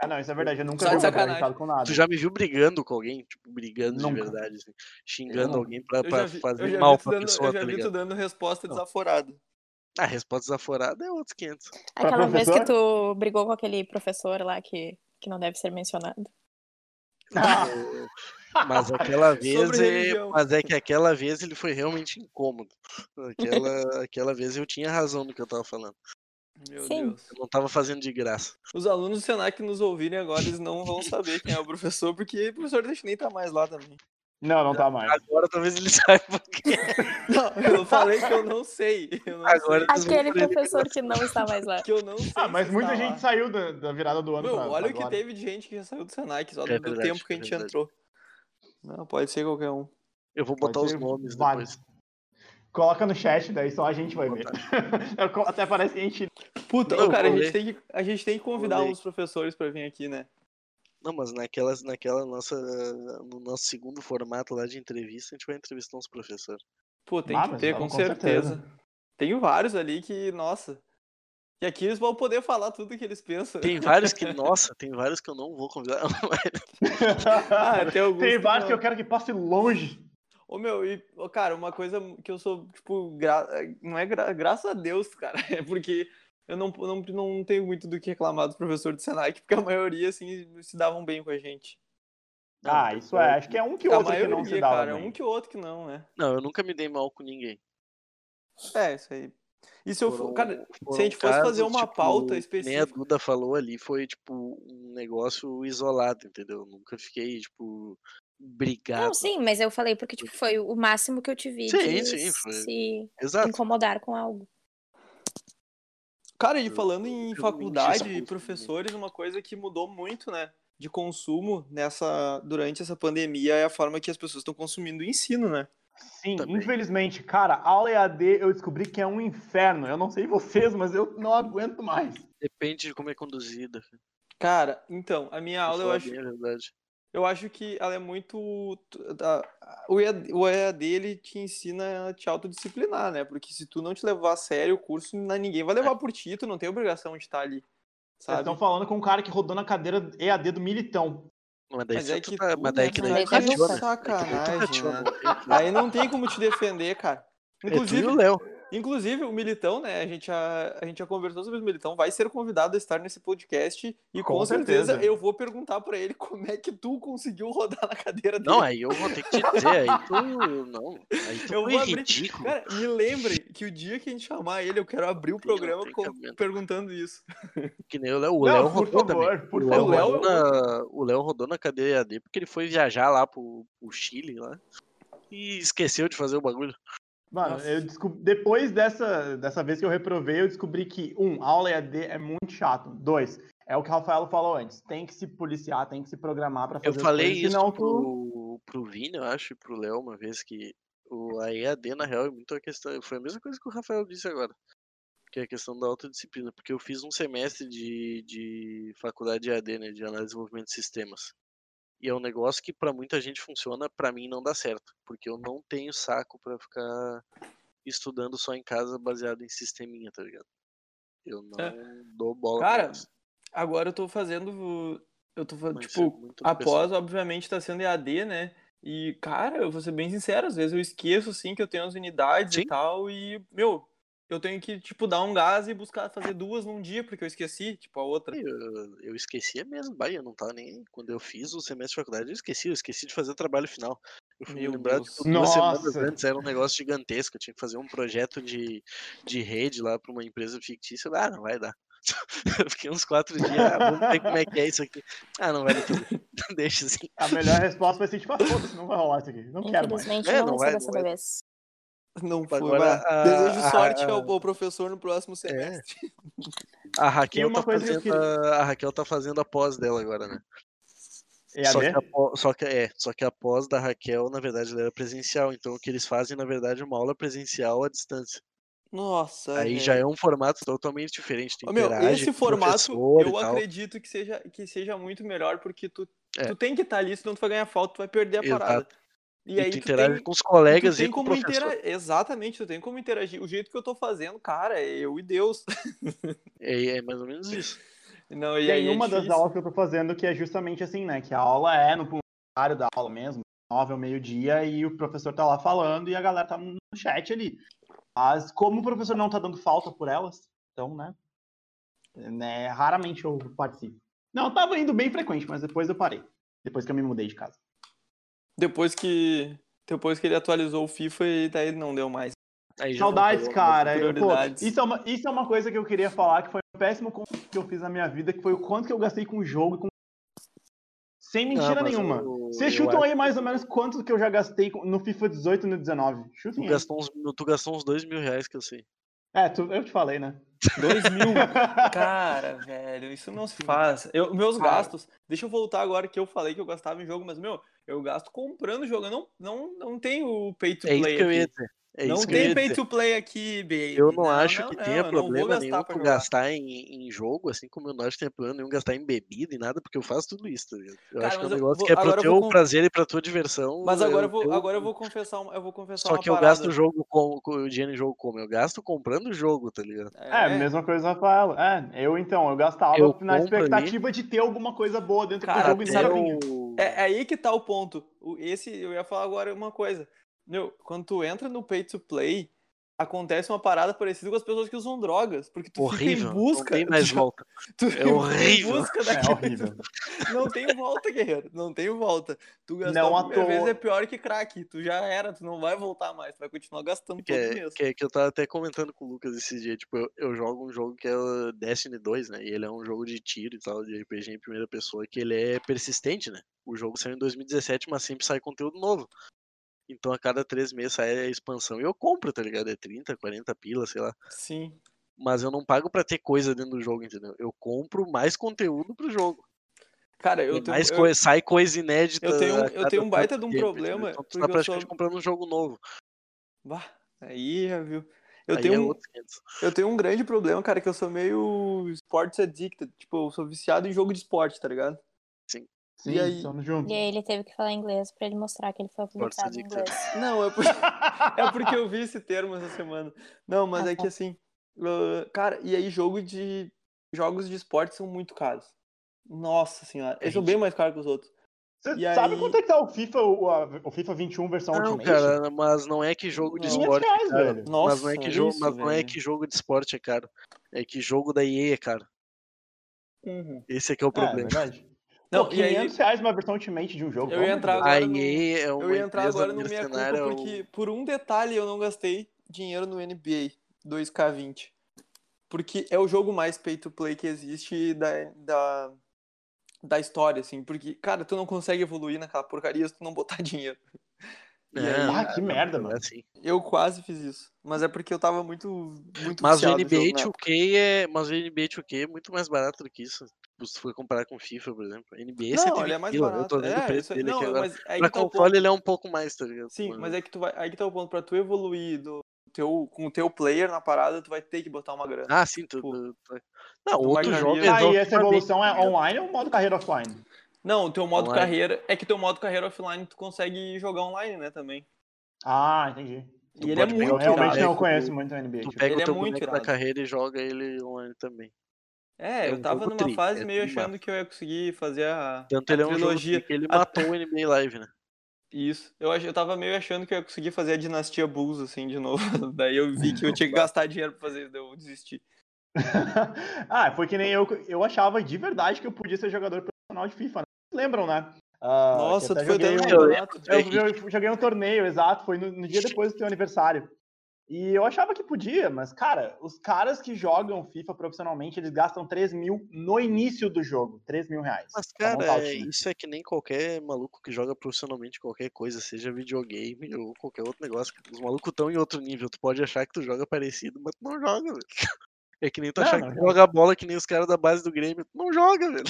Ah, não, isso é verdade. Eu nunca
Só
vi o Gabriel
de sacanagem.
irritado com nada.
Tu já me viu brigando com alguém? Tipo, brigando de
Nunca.
verdade, assim, xingando
não.
alguém pra,
eu
pra
já vi- eu
fazer
já
mal
vi tu
pra
dando,
pessoa,
Eu já
tá
vi
ligado?
tu dando resposta
Não.
desaforada.
A resposta desaforada é outros
(laughs)
500.
Pra
Aquela vez
professor?
que tu brigou com aquele professor lá que, que não deve ser mencionado.
Mas aquela vez,
Sobre
é,
religião.
mas é que aquela vez ele foi realmente incômodo.
(laughs)
Aquela, aquela vez eu tinha razão no que eu tava falando.
Meu
Sim.
Deus.
Eu não tava fazendo de graça.
Os alunos do Senac que nos ouvirem agora, eles não vão saber quem é o professor, porque o professor deixa nem tá mais lá também.
Não, não tá mais.
Agora talvez ele (laughs) saiba que é.
Não, eu falei que eu não sei. Eu não
Agora-
sei.
Eles vão
Aquele
proibir.
professor que não está mais
(laughs)
lá.
Que eu não sei
Ah,
se
mas muita
Tá.
está lá.
gente saiu da, da virada do ano
Meu,
pra,
olha
pra
o que
agora.
teve de gente que já saiu do Senac, só
É
do
verdade,
tempo que a
é
gente
verdade.
entrou. Não, pode ser qualquer um.
eu vou
Pode
botar os
ser
nomes
vários.
depois.
Coloca no chat, daí só a gente vai
Vou
ver. (laughs) Até parece que a gente...
Puta,
Não,
ô, cara, a
vou
gente,
ler.
tem que, a gente tem que convidar
ler.
os professores pra vir aqui, né?
Não, mas naquela, naquela nossa, no nosso segundo formato lá de entrevista, a gente vai entrevistar uns professores.
Pô, tem
Ah,
que
mas
ter,
tá,
com,
com
certeza.
certeza.
Tem vários ali que, nossa. E aqui eles vão poder falar tudo que eles pensam.
Tem vários que, nossa, tem vários que eu não vou convidar.
(laughs) Ah, tem
(laughs)
alguns.
Tem vários que
não.
eu quero que passe longe.
Ô meu, e, ô, cara, uma coisa que eu sou, tipo, gra- não (laughs) é gra- graças a Deus, cara, é porque eu não, não, não tenho muito do que reclamar do professor do Senac, porque a maioria, assim, se davam bem com a gente.
(laughs)
tá
Ah, isso é. Acho que é um que
a
outro
maioria,
que não se dava
cara,
bem.
um que outro que não, né?
Não, eu nunca me dei mal com ninguém.
É, isso aí. E se eu for,
Foram-
cara,
foram
se a gente fosse
casos,
fazer uma
tipo,
pauta
Nem a
específica,
Duda falou ali, foi tipo um negócio isolado, entendeu? Eu nunca fiquei, tipo, brigado.
Não, sim, mas eu falei porque tipo, foi o máximo que eu te vi
Sim,
de
sim, foi.
se
Exato.
incomodar com algo.
Cara, e
Eu-
falando
eu
em
enchi
faculdade
essa
e
bolsa
professores, uma coisa que mudou muito, né, de consumo nessa durante essa pandemia é a forma que as pessoas estão consumindo o ensino, né?
Sim,
Também.
infelizmente, cara, aula EAD eu descobri que é um inferno. Eu não sei vocês, mas eu não aguento mais.
Depende de como é conduzida. cara.
Cara, então, a minha aula eu
Falar
acho,
bem a verdade.
eu acho que ela é muito a- o EAD, o EAD ele te ensina a te autodisciplinar, né? Porque se tu não te levar a sério o curso, na- ninguém vai
É.
levar por ti, tu não tem obrigação de estar ali,
Vocês
sabe?
estão falando com um cara que rodou na cadeira EAD do Militão.
Mas daí
Mas
tu-
é
tu
que
tá-
tu-
mas daí
mas
que
aí
daí tu
tá de
rationa.
sacanagem,
Daí que tu
né?
rationa.
Aí não tem como te defender, cara.
É tu
Inclusive,
e o Léo.
Inclusive, o Militão, né? A gente já, a gente já conversou sobre o Militão, vai ser convidado a estar nesse podcast e com,
Com
certeza.
certeza.
eu vou perguntar pra ele (laughs) como é que tu conseguiu rodar na cadeira dele.
Não, aí eu vou ter que te dizer, aí tu. Não, aí tu
eu
foi
vou abrir.
ridículo.
Cara, me lembre que o dia que a gente chamar ele, eu quero abrir o programa
tem
com-
cabimento.
perguntando isso.
Que nem o Léo. O
Não,
Léo
por
rodou também.
favor, por
o Léo, é um
favor.
rodou na, o Léo rodou na cadeia EAD porque ele foi viajar lá pro, pro Chile lá e esqueceu de fazer o bagulho.
Mano,
Nossa.
eu descob- depois dessa, dessa vez que eu reprovei, eu descobri que, um, aula EAD é muito chato. Dois, é o que o Rafael falou antes. Tem que se policiar, tem que se programar pra
Eu
fazer as
falei
coisas,
isso
senão tu...
pro, pro Vini, eu acho, e pro Léo uma vez que o, a EAD, na real, é muito a questão. Foi a mesma coisa que o Rafael disse agora. Que é a questão da autodisciplina, porque eu fiz um semestre de, de faculdade de EAD, né, de análise e desenvolvimento de sistemas. E é um negócio que pra muita gente funciona, pra mim não dá certo, porque eu não tenho saco pra ficar estudando só em casa baseado em sisteminha, tá ligado? Eu não dou bola. pra
Cara,
isso,
Agora eu tô fazendo. Eu tô fazendo,
mas
tipo,
é muito do pessoal.
após, obviamente, tá sendo EAD, né? E, cara, eu vou ser bem sincero, às vezes eu esqueço, assim, que eu tenho as unidades e
Sim.
tal, e, meu, eu tenho que, tipo, dar um gás e buscar fazer duas num dia, porque eu esqueci, tipo, a outra.
Eu, eu esquecia mesmo, bah, eu não tava nem. aí. Quando eu fiz o semestre de faculdade, eu esqueci, eu esqueci de fazer o trabalho final. Eu fui me
Meu
lembrar
Deus.
tipo, duas semanas
Nossa.
antes, era um negócio gigantesco. Eu tinha que fazer um projeto de, de rede lá pra uma empresa fictícia. eu, Ah, não vai dar. (laughs) Eu fiquei uns quatro dias, ah, vamos ver como é que é isso aqui. Ah, não vai dar tudo. (laughs) Deixa assim.
A melhor resposta vai ser tipo, ah, foda-se, não vai rolar isso aqui. Não quero mais.
Infelizmente
É,
não
não
vai
vai,
ser dessa
não vai.
vez.
Não foi,
Agora,
vai.
a-
Desejo
a-
sorte
a- É.
ao, ao professor no próximo semestre.
A Raquel,
uma
tá
coisa que eu
fazendo, a a Raquel tá fazendo a pós dela agora, né? Só que,
EAD?
a pó- só que- é, só que a pós da Raquel, na verdade, ela era presencial. Então, o que eles fazem, na verdade, é uma aula presencial à distância.
(laughs) Nossa,
Aí
velho.
já é um formato totalmente diferente. Tu
Ô, Meu,
interage
esse
com o
formato
professor e
eu
tal.
acredito que seja, que seja muito melhor, porque tu,
É.
tu tem que estar ali, senão tu vai ganhar falta, tu vai perder a
Exato.
parada.
E,
E aí
tu
tu
interage
tem,
com os
tu
colegas
tem
e com o
como
professor.
interagir. Exatamente, tu tem como interagir. O jeito que eu tô fazendo, cara, é eu e Deus. (laughs)
É, é mais ou menos isso.
Não, e aí
Tem
é
uma das
difícil.
aulas que eu tô fazendo que é justamente assim, né? Que a aula é no horário da aula mesmo, nove ao meio-dia, e o professor tá lá falando e a galera tá no chat ali. Mas como o professor não tá dando falta por elas, então, né? né raramente eu participo. Não, eu tava indo bem frequente, mas depois eu parei. Depois que eu me mudei de casa.
Depois que depois que ele atualizou o FIFA e daí não deu mais.
Aí já não
Saudades,
falou,
cara. Eu, pô,
prioridades.
isso, é uma, isso é uma coisa que eu queria falar, que foi um péssimo conceito que eu fiz na minha vida, que foi o quanto que eu gastei com o jogo e com.
Ah,
Sem
mas-
mentira
Ah, mas
nenhuma.
eu-
Vocês
eu
chutam
um
acho
um aí mais ou menos quanto que eu já gastei com- no FIFA 18 e no 19?
que Tu
Chutem aí.
gastou, uns, tu gastou uns dois mil reais que eu sei.
É, tu- eu te falei, né?
2 mil. Cara, velho, isso não se faz. Eu, meus
Cara.
gastos. Deixa eu voltar agora que eu falei que eu gastava em jogo, mas meu, eu gasto comprando jogo. Eu não, não, não tenho pay to
É
play.
isso que eu
aqui.
ia dizer. É
não
isso que eu
tem
ia
pay
dizer.
to play aqui, baby.
Eu não, acho
não,
que
não, eu
tenha
não vou
problema nenhum
gastar pra
tu
jogar.
gastar em, em jogo, assim como eu não acho que tenha problema nenhum gastar em bebida e nada, porque eu faço tudo isso, tá ligado? Eu
Cara,
acho que é um
mas eu
negócio
vou-
que é pro
agora eu vou
teu
con-
prazer e pra tua diversão.
Mas agora
é
eu
o
vou,
teu-
agora eu vou confessar, uma- eu vou confessar
Só
uma
que eu
parada.
gasto o jogo com, com o dinheiro em jogo como? Eu gasto comprando o jogo, tá ligado?
(laughs) É, mesma coisa, Rafael. É, eu então, eu gastava
Eu
na
compro ali.
expectativa de ter alguma coisa boa dentro
Cara,
do jogo e nunca
Até
sabe-
vinha.
o...
É, é aí que tá o ponto. O- Esse, eu ia falar agora uma coisa. Meu, quando tu entra no pay to play, acontece uma parada parecida com as pessoas que usam drogas. Porque tu fica
Horrível.
em busca. (laughs)
Não tem mais
tu-
volta. É
tu fica
horrível.
Em busca
(laughs) É
daquilo.
horrível.
(laughs) Não tem volta, guerreiro. Não tem volta. Tu gastar
Não
a
à
primeira
toa.
vez é pior que crack. Tu já era, tu não vai voltar mais. Tu vai continuar gastando
Que
todo
é,
mês.
que é que eu tava até comentando com o Lucas esse dia, tipo, eu, eu jogo um jogo que é o Destiny 2, né? E ele é um jogo de tiro e tal, de RPG em primeira pessoa, que ele é persistente, né? O jogo saiu em 2017, mas sempre sai conteúdo novo. Então a cada três meses sai a expansão e eu compro, tá ligado? É 30, 40 pila, sei lá.
Sim.
Mas eu não pago pra ter coisa dentro do jogo, entendeu? Eu compro mais conteúdo pro jogo.
Cara,
Eu
eu tenho.
É mais
eu-
coi- sai coisa inédita.
eu tenho um-
a
eu
cada
tenho um baita
tanto
de um
tempo,
problema,
entendeu? Então tu
porque
tá
eu
praticamente
sou-
comprando um jogo novo.
Bah, aí já viu. Eu
Aí
tenho
é
um-
outro 500.
Eu tenho um grande problema, cara, que eu sou meio sports addicted. Tipo, eu sou viciado em jogo de esporte, tá ligado?
Sim,
E aí?
estamos juntos.
E aí ele teve que falar inglês pra ele mostrar que ele foi
Pode ser
publicado em
dictado.
inglês.
Não, é por- (laughs) é porque eu vi esse termo essa semana. Não, mas é que assim, uh, cara, e aí jogo de jogos de esporte são muito caros. Nossa senhora, eles são bem mais caros que os outros.
Você
E
sabe
aí-
quanto é que tá o FIFA, o, a- o FIFA 21 versão
Não,
Ultimate?
cara, mas não é que jogo de
500
esporte é
reais,
caro.
velho.
Nossa,
mas não é que
isso,
jogo, mas não é
velho.
que jogo de esporte é caro. É que jogo da EA é caro.
Uhum.
Esse é que é o
É,
problema.
verdade.
Não,
Pô,
e aí
500 reais uma versão Ultimate de um jogo.
Eu
pelo
ia
amor de
entrar
Deus.
a
agora no-
EA é uma
eu ia entrar
empresa
agora no minha culpa
mercenária. o-
porque por um detalhe eu não gastei dinheiro no NBA 2K20. Porque é o jogo mais pay to play que existe da, da, da história, assim. Porque, cara, tu não consegue evoluir naquela porcaria se tu não botar (laughs) dinheiro. E
É,
aí,
Ah, que merda, mano.
é assim.
eu quase fiz isso. Mas é porque eu tava muito, muito
Mas o
viciado no jogo,
NBA
né?
2K é, mas o NBA 2K é muito mais barato do que isso. Tipo, Se tu for comparar com FIFA, por exemplo, NBA
Não,
120
ele é mais
pila,
barato.
Eu tô vendo o
é,
preço
isso,
dele
não,
aqui agora.
mas aí
Pra
que tá o
console
ponto.
ele é um pouco mais, tá ligado?
Sim,
Mas-
mas é que tu vai, aí que tá o ponto. Pra tu evoluir do teu, com o teu player na parada, tu vai ter que botar uma grana.
Ah, sim, tu,
Pô.
tu- tu- Não,
tipo, Tu
outro
vai
jogo
Tá,
é
caminhar.
e
exatamente,
essa evolução é
tá ligado?
online ou modo carreira offline?
Não, o teu modo
Online.
carreira. É que teu modo carreira offline tu consegue jogar online, né, também.
Ah, entendi.
Tu
e ele é
pode pegar
Eu
muito
o
realmente
irado.
não
Tu-
conheço muito o NBA.
Tu
tipo.
pega
Ele
o
é
teu
muito
boneco da
irado.
carreira e joga ele online também.
É,
É
eu
um
tava
jogo
numa
tri,
fase
é
meio
tri
achando que eu ia conseguir fazer a,
Tanto
a
ele é um
trilogia.
jogo que ele
a-
matou o NBA Live, né?
Isso. Eu, ach- eu tava meio achando que eu ia conseguir fazer a dinastia Bulls, assim, de novo. (laughs) Daí eu vi que eu tinha que gastar dinheiro pra fazer, daí eu desisti.
(laughs) ah, foi que nem eu. Eu achava de verdade que eu podia ser jogador profissional de FIFA. né? Vocês Lembram, né? Ah, que
Nossa,
até
tu foi
joguei
dando
um-
um
eu lembro.
campeonato.
Eu, eu joguei um torneio, exato, foi no, no dia depois do seu aniversário. E eu achava que podia, mas, cara, os caras que jogam FIFA profissionalmente, eles gastam 3 mil no início do jogo. 3 mil reais.
Mas,
pra
cara,
montar o
é-
time.
isso é que nem qualquer maluco que joga profissionalmente qualquer coisa, seja videogame ou qualquer outro negócio. cara. Os malucos estão em outro nível. Tu pode achar que tu joga parecido, mas tu não joga, velho. (laughs) É que nem tu
Não,
achar
não
que tu
joga.
joga bola que nem os caras da base do Grêmio. Tu não joga,
(laughs)
velho.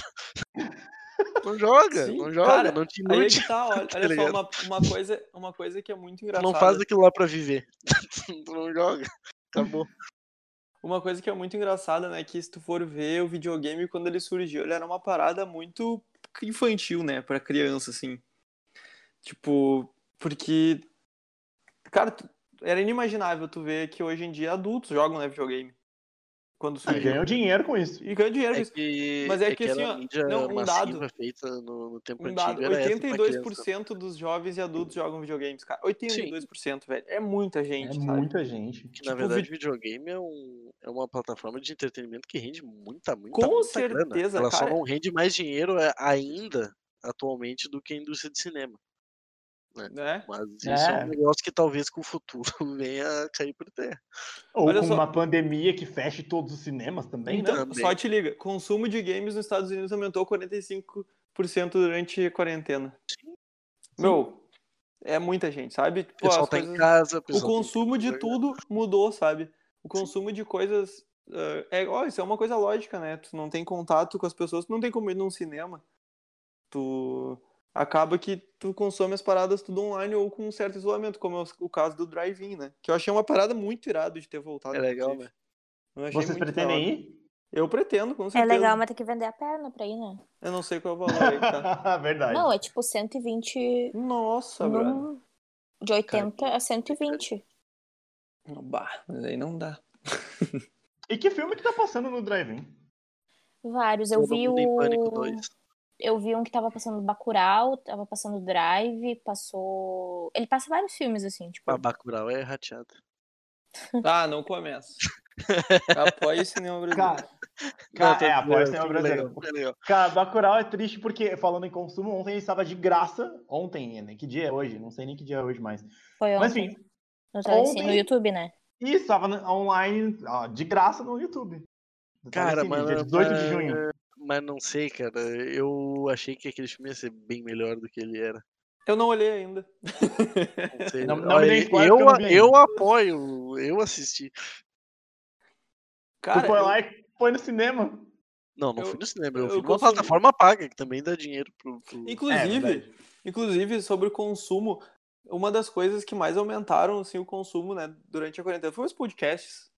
Não joga,
Sim,
não joga,
cara,
não te
Aí é
ilude.
que
(laughs)
tá, olha,
Tá
olha só,
ligado?
uma, uma, coisa, uma coisa que é muito
Tu
engraçada.
não faz aquilo lá pra viver. (laughs) Tu não joga. Acabou.
Uma coisa que é muito engraçada, né, que se tu for ver o videogame quando ele surgiu, ele era uma parada muito infantil, né, pra criança, assim. Tipo, porque, cara, tu- era inimaginável tu ver que hoje em dia adultos jogam, né, videogame. Quando
E
surgiu.
ganham dinheiro com isso.
E ganha dinheiro
Ah,
com
É
isso.
que,
Mas é que,
era
assim,
uma
ó,
mídia
não, um
massiva
dado.
feita no, no tempo
Um dado,
antigo era essa pra criança.
82% dos jovens e adultos jogam videogames, cara. 82%, velho. É muita
É
gente, sabe?
muita gente.
Que, na
tipo,
verdade, videogame é, um, é uma plataforma de entretenimento que rende muita, muita,
Com
muita grana.
certeza,
Ela só
cara.
não rende mais dinheiro é, ainda, atualmente, do que a indústria de cinema.
Né?
Mas isso é
É.
um negócio que talvez com o futuro (laughs) venha a cair por terra.
Ou
Olha
com
só.
uma pandemia que feche todos os cinemas também,
Então,
né?
Também.
só te liga. Consumo de games nos Estados Unidos aumentou 45% durante a quarentena. Meu, é muita gente, sabe? Tipo,
O pessoal
as
tá em
coisas-
casa,
o
pessoal tem
consumo de
jogar.
tudo mudou, sabe? O consumo de coisas. ah, é, ó, isso é uma coisa lógica, né? Tu não tem contato com as pessoas, tu não tem como ir num cinema. Tu. Acaba que tu consome as paradas tudo online ou com um certo isolamento, como é o caso do drive-in, né? Que eu achei uma parada muito irada de ter voltado.
É legal,
inclusive. Eu achei
Vocês
muito da hora.
pretendem ir?
Eu pretendo, com
É
certeza.
legal, mas tem que vender a perna pra ir, né?
Eu não sei qual é o valor aí
(laughs)
que
(laughs)
tá.
Verdade.
Não, é tipo 120.
Tá
Nossa, brother.
Num... De 80 a 120.
Não, bah, mas aí não dá.
E que filme que tá passando no drive-in?
Vários. Eu
Todo
vi
mundo em pânico
o.
2.
Eu vi um que tava passando Bacurau, tava passando
Tá
Drive, passou. Ele passa vários filmes, assim, tipo.
Bacural é rateado.
Ah,
(laughs)
não começa. Apoie o cinema brasileiro.
Cara, cara
tô-
é, apoia o cinema
tudo
brasileiro.
legal, tudo legal.
Cara, Bacurau é triste porque, falando em consumo, ontem ele estava de graça. Ontem, né? Que dia é hoje? Não sei nem que dia é hoje mais.
Foi
Mas
ontem.
enfim,
no, Telecine,
ontem-
no YouTube, né?
e estava no- online, ó, de graça no YouTube. Do
Cara,
Telecine,
mas- é
Dia 18
mas-
de junho.
Mas não sei, cara. Eu achei que aquele filme ia ser bem melhor do que ele era.
Eu não olhei ainda.
(laughs)
Não sei.
Não- não me dê
Olha,
spoiler,
eu,
porque eu não vi ainda.
eu apoio, eu assisti.
Tu
Cara,
foi
eu-
lá e foi no cinema.
Não, não
Eu-
fui no cinema, eu,
eu
fui numa
consumi.
plataforma paga, que também dá dinheiro pro. pro-
inclusive,
É verdade.
Inclusive, sobre o consumo, uma das coisas que mais aumentaram assim, o consumo né, durante a quarentena foi os podcasts.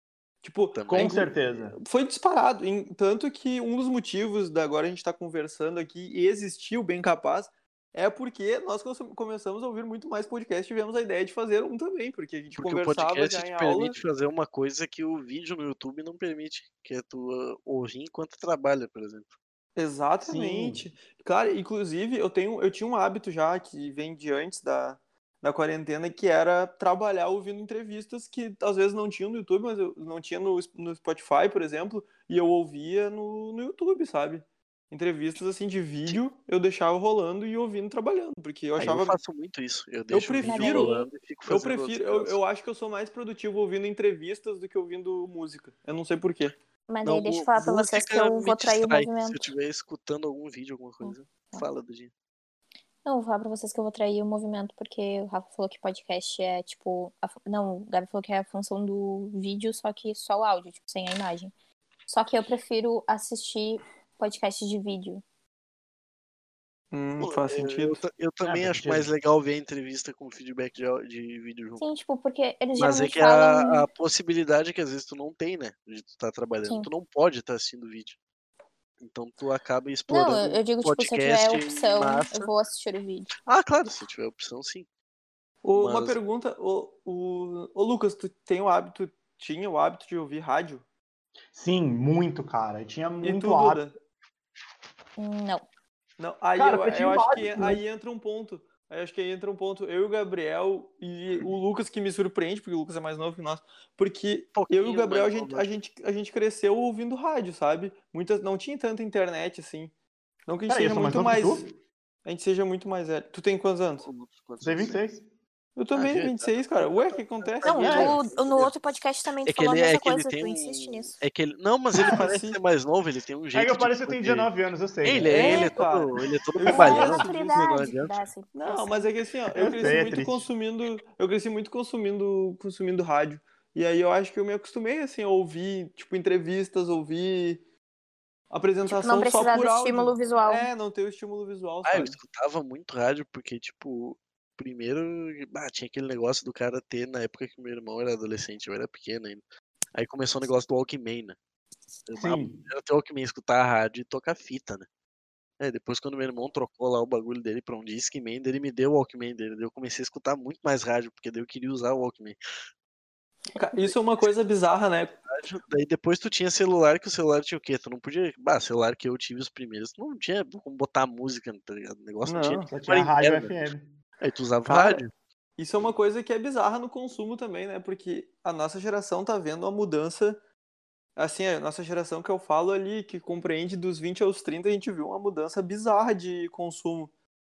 Tipo,
Também.
Com
é Inclu-
certeza.
foi disparado. em- tanto que um dos motivos da agora a gente estar conversando aqui e existir o Bem Capaz é porque nós consum- começamos a ouvir muito mais podcast e tivemos a ideia de fazer um também, porque a gente
Porque o
conversava
podcast
já em
te
aula.
permite fazer uma coisa que o vídeo no YouTube não permite, que é tu ah, ouvir enquanto trabalha, por exemplo.
Exatamente. Cara, inclusive, eu tenho, eu tinha um hábito já que vem de antes da, da quarentena, que era trabalhar ouvindo entrevistas que às vezes não tinha no YouTube, mas eu não tinha no, no Spotify, por exemplo, e eu ouvia no, no YouTube, sabe? Entrevistas assim de vídeo, eu deixava rolando e ouvindo trabalhando, porque eu
Ah, Eu
achava.
faço muito isso. Eu deixo o vídeo
prefiro-
rolando e fico
Eu
fazendo outras
prefiro, eu,
coisas.
eu acho que eu sou mais produtivo ouvindo entrevistas do que ouvindo música. Eu não sei por quê.
Mas
Não,
daí
o-
deixa
é
eu falar pra vocês
música
que eu
me
vou trair o
distrai. Se eu
movimento. Hum, tá.
estiver escutando algum vídeo, alguma coisa, fala do dia.
Não, vou falar pra vocês que eu vou trair o movimento, porque o Rafa falou que podcast é tipo. a fu- Não, o Gabi falou que é a função do vídeo, só que só o áudio, tipo, sem a imagem. Só que eu prefiro assistir podcast de vídeo.
Hum,
Pô, é,
faz
eu-
sentido.
Eu, ta- eu também
faz
acho
sentido.
mais legal ver a entrevista com feedback de, au- de vídeo junto.
Sim, tipo, porque eles
Mas é
geralmente
que
falam.
a, a possibilidade é que às vezes tu não tem, né? De tu tá trabalhando,
Sim.
tu não pode estar assistindo vídeo. Então tu acaba explorando.
Não, eu, eu digo, tipo, se eu tiver
podcast em
opção,
massa.
eu vou assistir o vídeo.
Ah, claro, se tiver opção, sim. Um
Ô, Uma
Mas-
pergunta, ô, o, ô Lucas, tu tem o hábito, tinha o hábito de ouvir rádio?
Sim, muito, cara. Eu tinha
E
muito
tu,
hábito.
né?
Duda?
Não.
Não, aí
Cara,
eu,
eu tinha
eu
um
acho que
hábito, né?
aí entra um ponto. Aí acho que aí entra um ponto. Eu e o Gabriel e o Lucas que me surpreende, porque o Lucas é mais novo que nós, porque eu e o
Pouquinho
Gabriel a
mais
gente,
novo, né?
a gente, a gente cresceu ouvindo rádio, sabe? Muitas não tinha tanta internet assim. Não que a gente
Peraí, eu
seja
sou mais
muito mais,
novo que
a gente seja muito mais velho. Tu tem quantos anos?
Quantos
Você é
anos tem?
26.
Eu também,
Ah, gente,
26, cara. Ué, o que acontece?
Não,
é.
no, no outro podcast também
É
tu
que
falou a
ele,
mesma
é que ele
coisa,
tem
tu
um...
insiste nisso.
É que ele... Não, mas ele parece
Sim.
ser mais novo, ele tem um jeito
É que eu
de
pareço que eu tenho
poder-
19 anos, eu sei.
Ele
né?
é, ele
É,
é todo, ele é todo
Eu
Mas é a
bobalhão. não
maturidade que
adianta.
dá essa
Não, mas é que assim, ó, eu
Eu
cresci
sei, é
muito
triste.
consumindo, eu cresci muito consumindo, consumindo rádio. E aí eu acho que eu me acostumei assim a ouvir, tipo, entrevistas, ouvir apresentação
Tipo, não
só
precisar
por
do
áudio.
estímulo visual.
É, não ter o estímulo visual,
Ah, eu
sabe?
escutava muito rádio, porque, tipo, primeiro, bah, tinha aquele negócio do cara ter, na época que meu irmão era adolescente, eu era pequeno ainda. Aí começou o negócio do Walkman, né? Eu, bah,
Sim.
Era ter Walkman, escutar a rádio e tocar fita, né? Aí depois, quando meu irmão trocou lá o bagulho dele pra um Discman, daí ele me deu o Walkman dele. Daí eu comecei a escutar muito mais rádio, porque daí eu queria usar o Walkman.
Ca- Isso é uma coisa bizarra, né?
Rádio, daí depois tu tinha celular, que o celular tinha o quê? Tu não podia. Bah, celular que eu tive os primeiros, tu não tinha como botar música, tá ligado? O negócio não, tinha.
Não,
Só
memória
tinha rádio
interna.
FM.
Aí tu usava
Cara,
rádio.
Isso é uma coisa que é bizarra no consumo também, né? Porque a nossa geração tá vendo uma mudança. Assim, a nossa geração que eu falo ali, que compreende dos 20 aos 30, a gente viu uma mudança bizarra de consumo.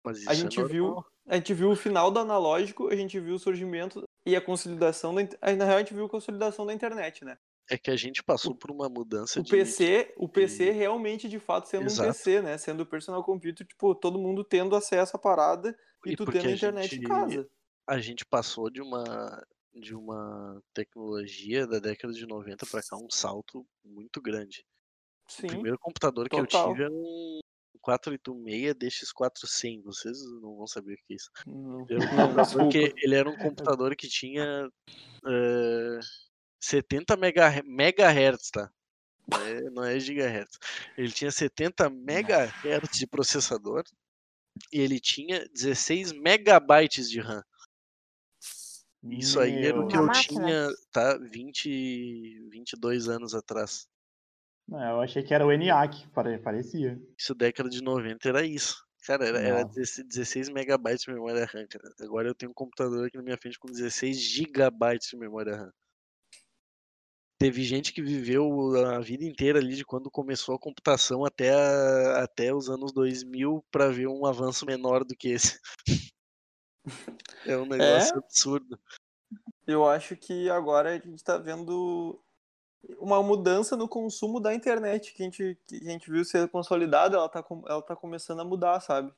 Mas isso
a
é
gente
normal.
viu a gente viu o final do analógico a gente viu o surgimento e a consolidação da, in- aí, na real a gente viu a consolidação da internet né
É que a gente passou por uma mudança
o
de.
PC o PC realmente de fato sendo
Exato.
um PC né sendo o personal computer tipo todo mundo tendo acesso à parada e,
E
tu
porque
tendo a
a
internet
gente-
em casa
A gente passou de uma de uma tecnologia da década de 90 pra cá um salto muito grande. O
sim
primeiro computador que
total.
eu tive era um 486 DX400. Vocês não vão saber o que é isso.
não,
Era um
não,
computador que-
desculpa.
ele era um computador que tinha eh, 70 mega, megahertz, tá? Não é, não é gigahertz. Ele tinha 70 megahertz de processador e ele tinha 16 megabytes de RAM. Isso aí era o
Meu.
que eu
Uma máquina?
tinha, tá? 20, 22 anos atrás.
Não, É, eu achei que era o ENIAC, pare- parecia.
Isso, década de 90, era isso. Cara, era, era
Nossa.
16, 16 megabytes de memória RAM, cara. Agora eu tenho um computador aqui na minha frente com 16 gigabytes de memória RAM. Teve gente que viveu a vida inteira ali de quando começou a computação até, a- até os anos 2000 para ver um avanço menor do que esse. (laughs) É um negócio absurdo.
Eu acho que agora a gente tá vendo uma mudança no consumo da internet que a gente, que a gente viu ser consolidada, ela tá, com- ela tá começando a mudar, sabe?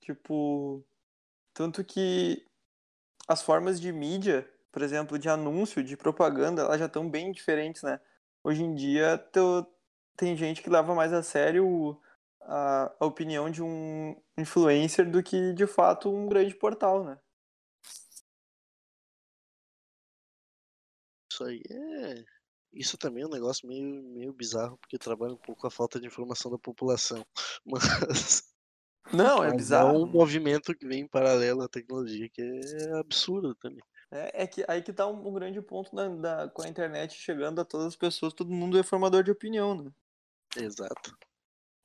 Tipo, tanto que as formas de mídia, por exemplo, de anúncio, de propaganda, elas já estão bem diferentes, né? Hoje em dia tu- tem gente que leva mais a sério o- a, a opinião de um influencer do que de fato um grande portal, né?
Isso aí é. Isso também é um negócio meio, meio bizarro, porque trabalha um pouco a falta de informação da população. (laughs) Mas.
Não, é
mas
bizarro.
É um movimento que vem em paralelo à tecnologia, que é absurdo também.
É, é que aí que tá um, um grande ponto na- da- com a internet chegando a todas as pessoas, todo mundo é formador de opinião, né?
Exato.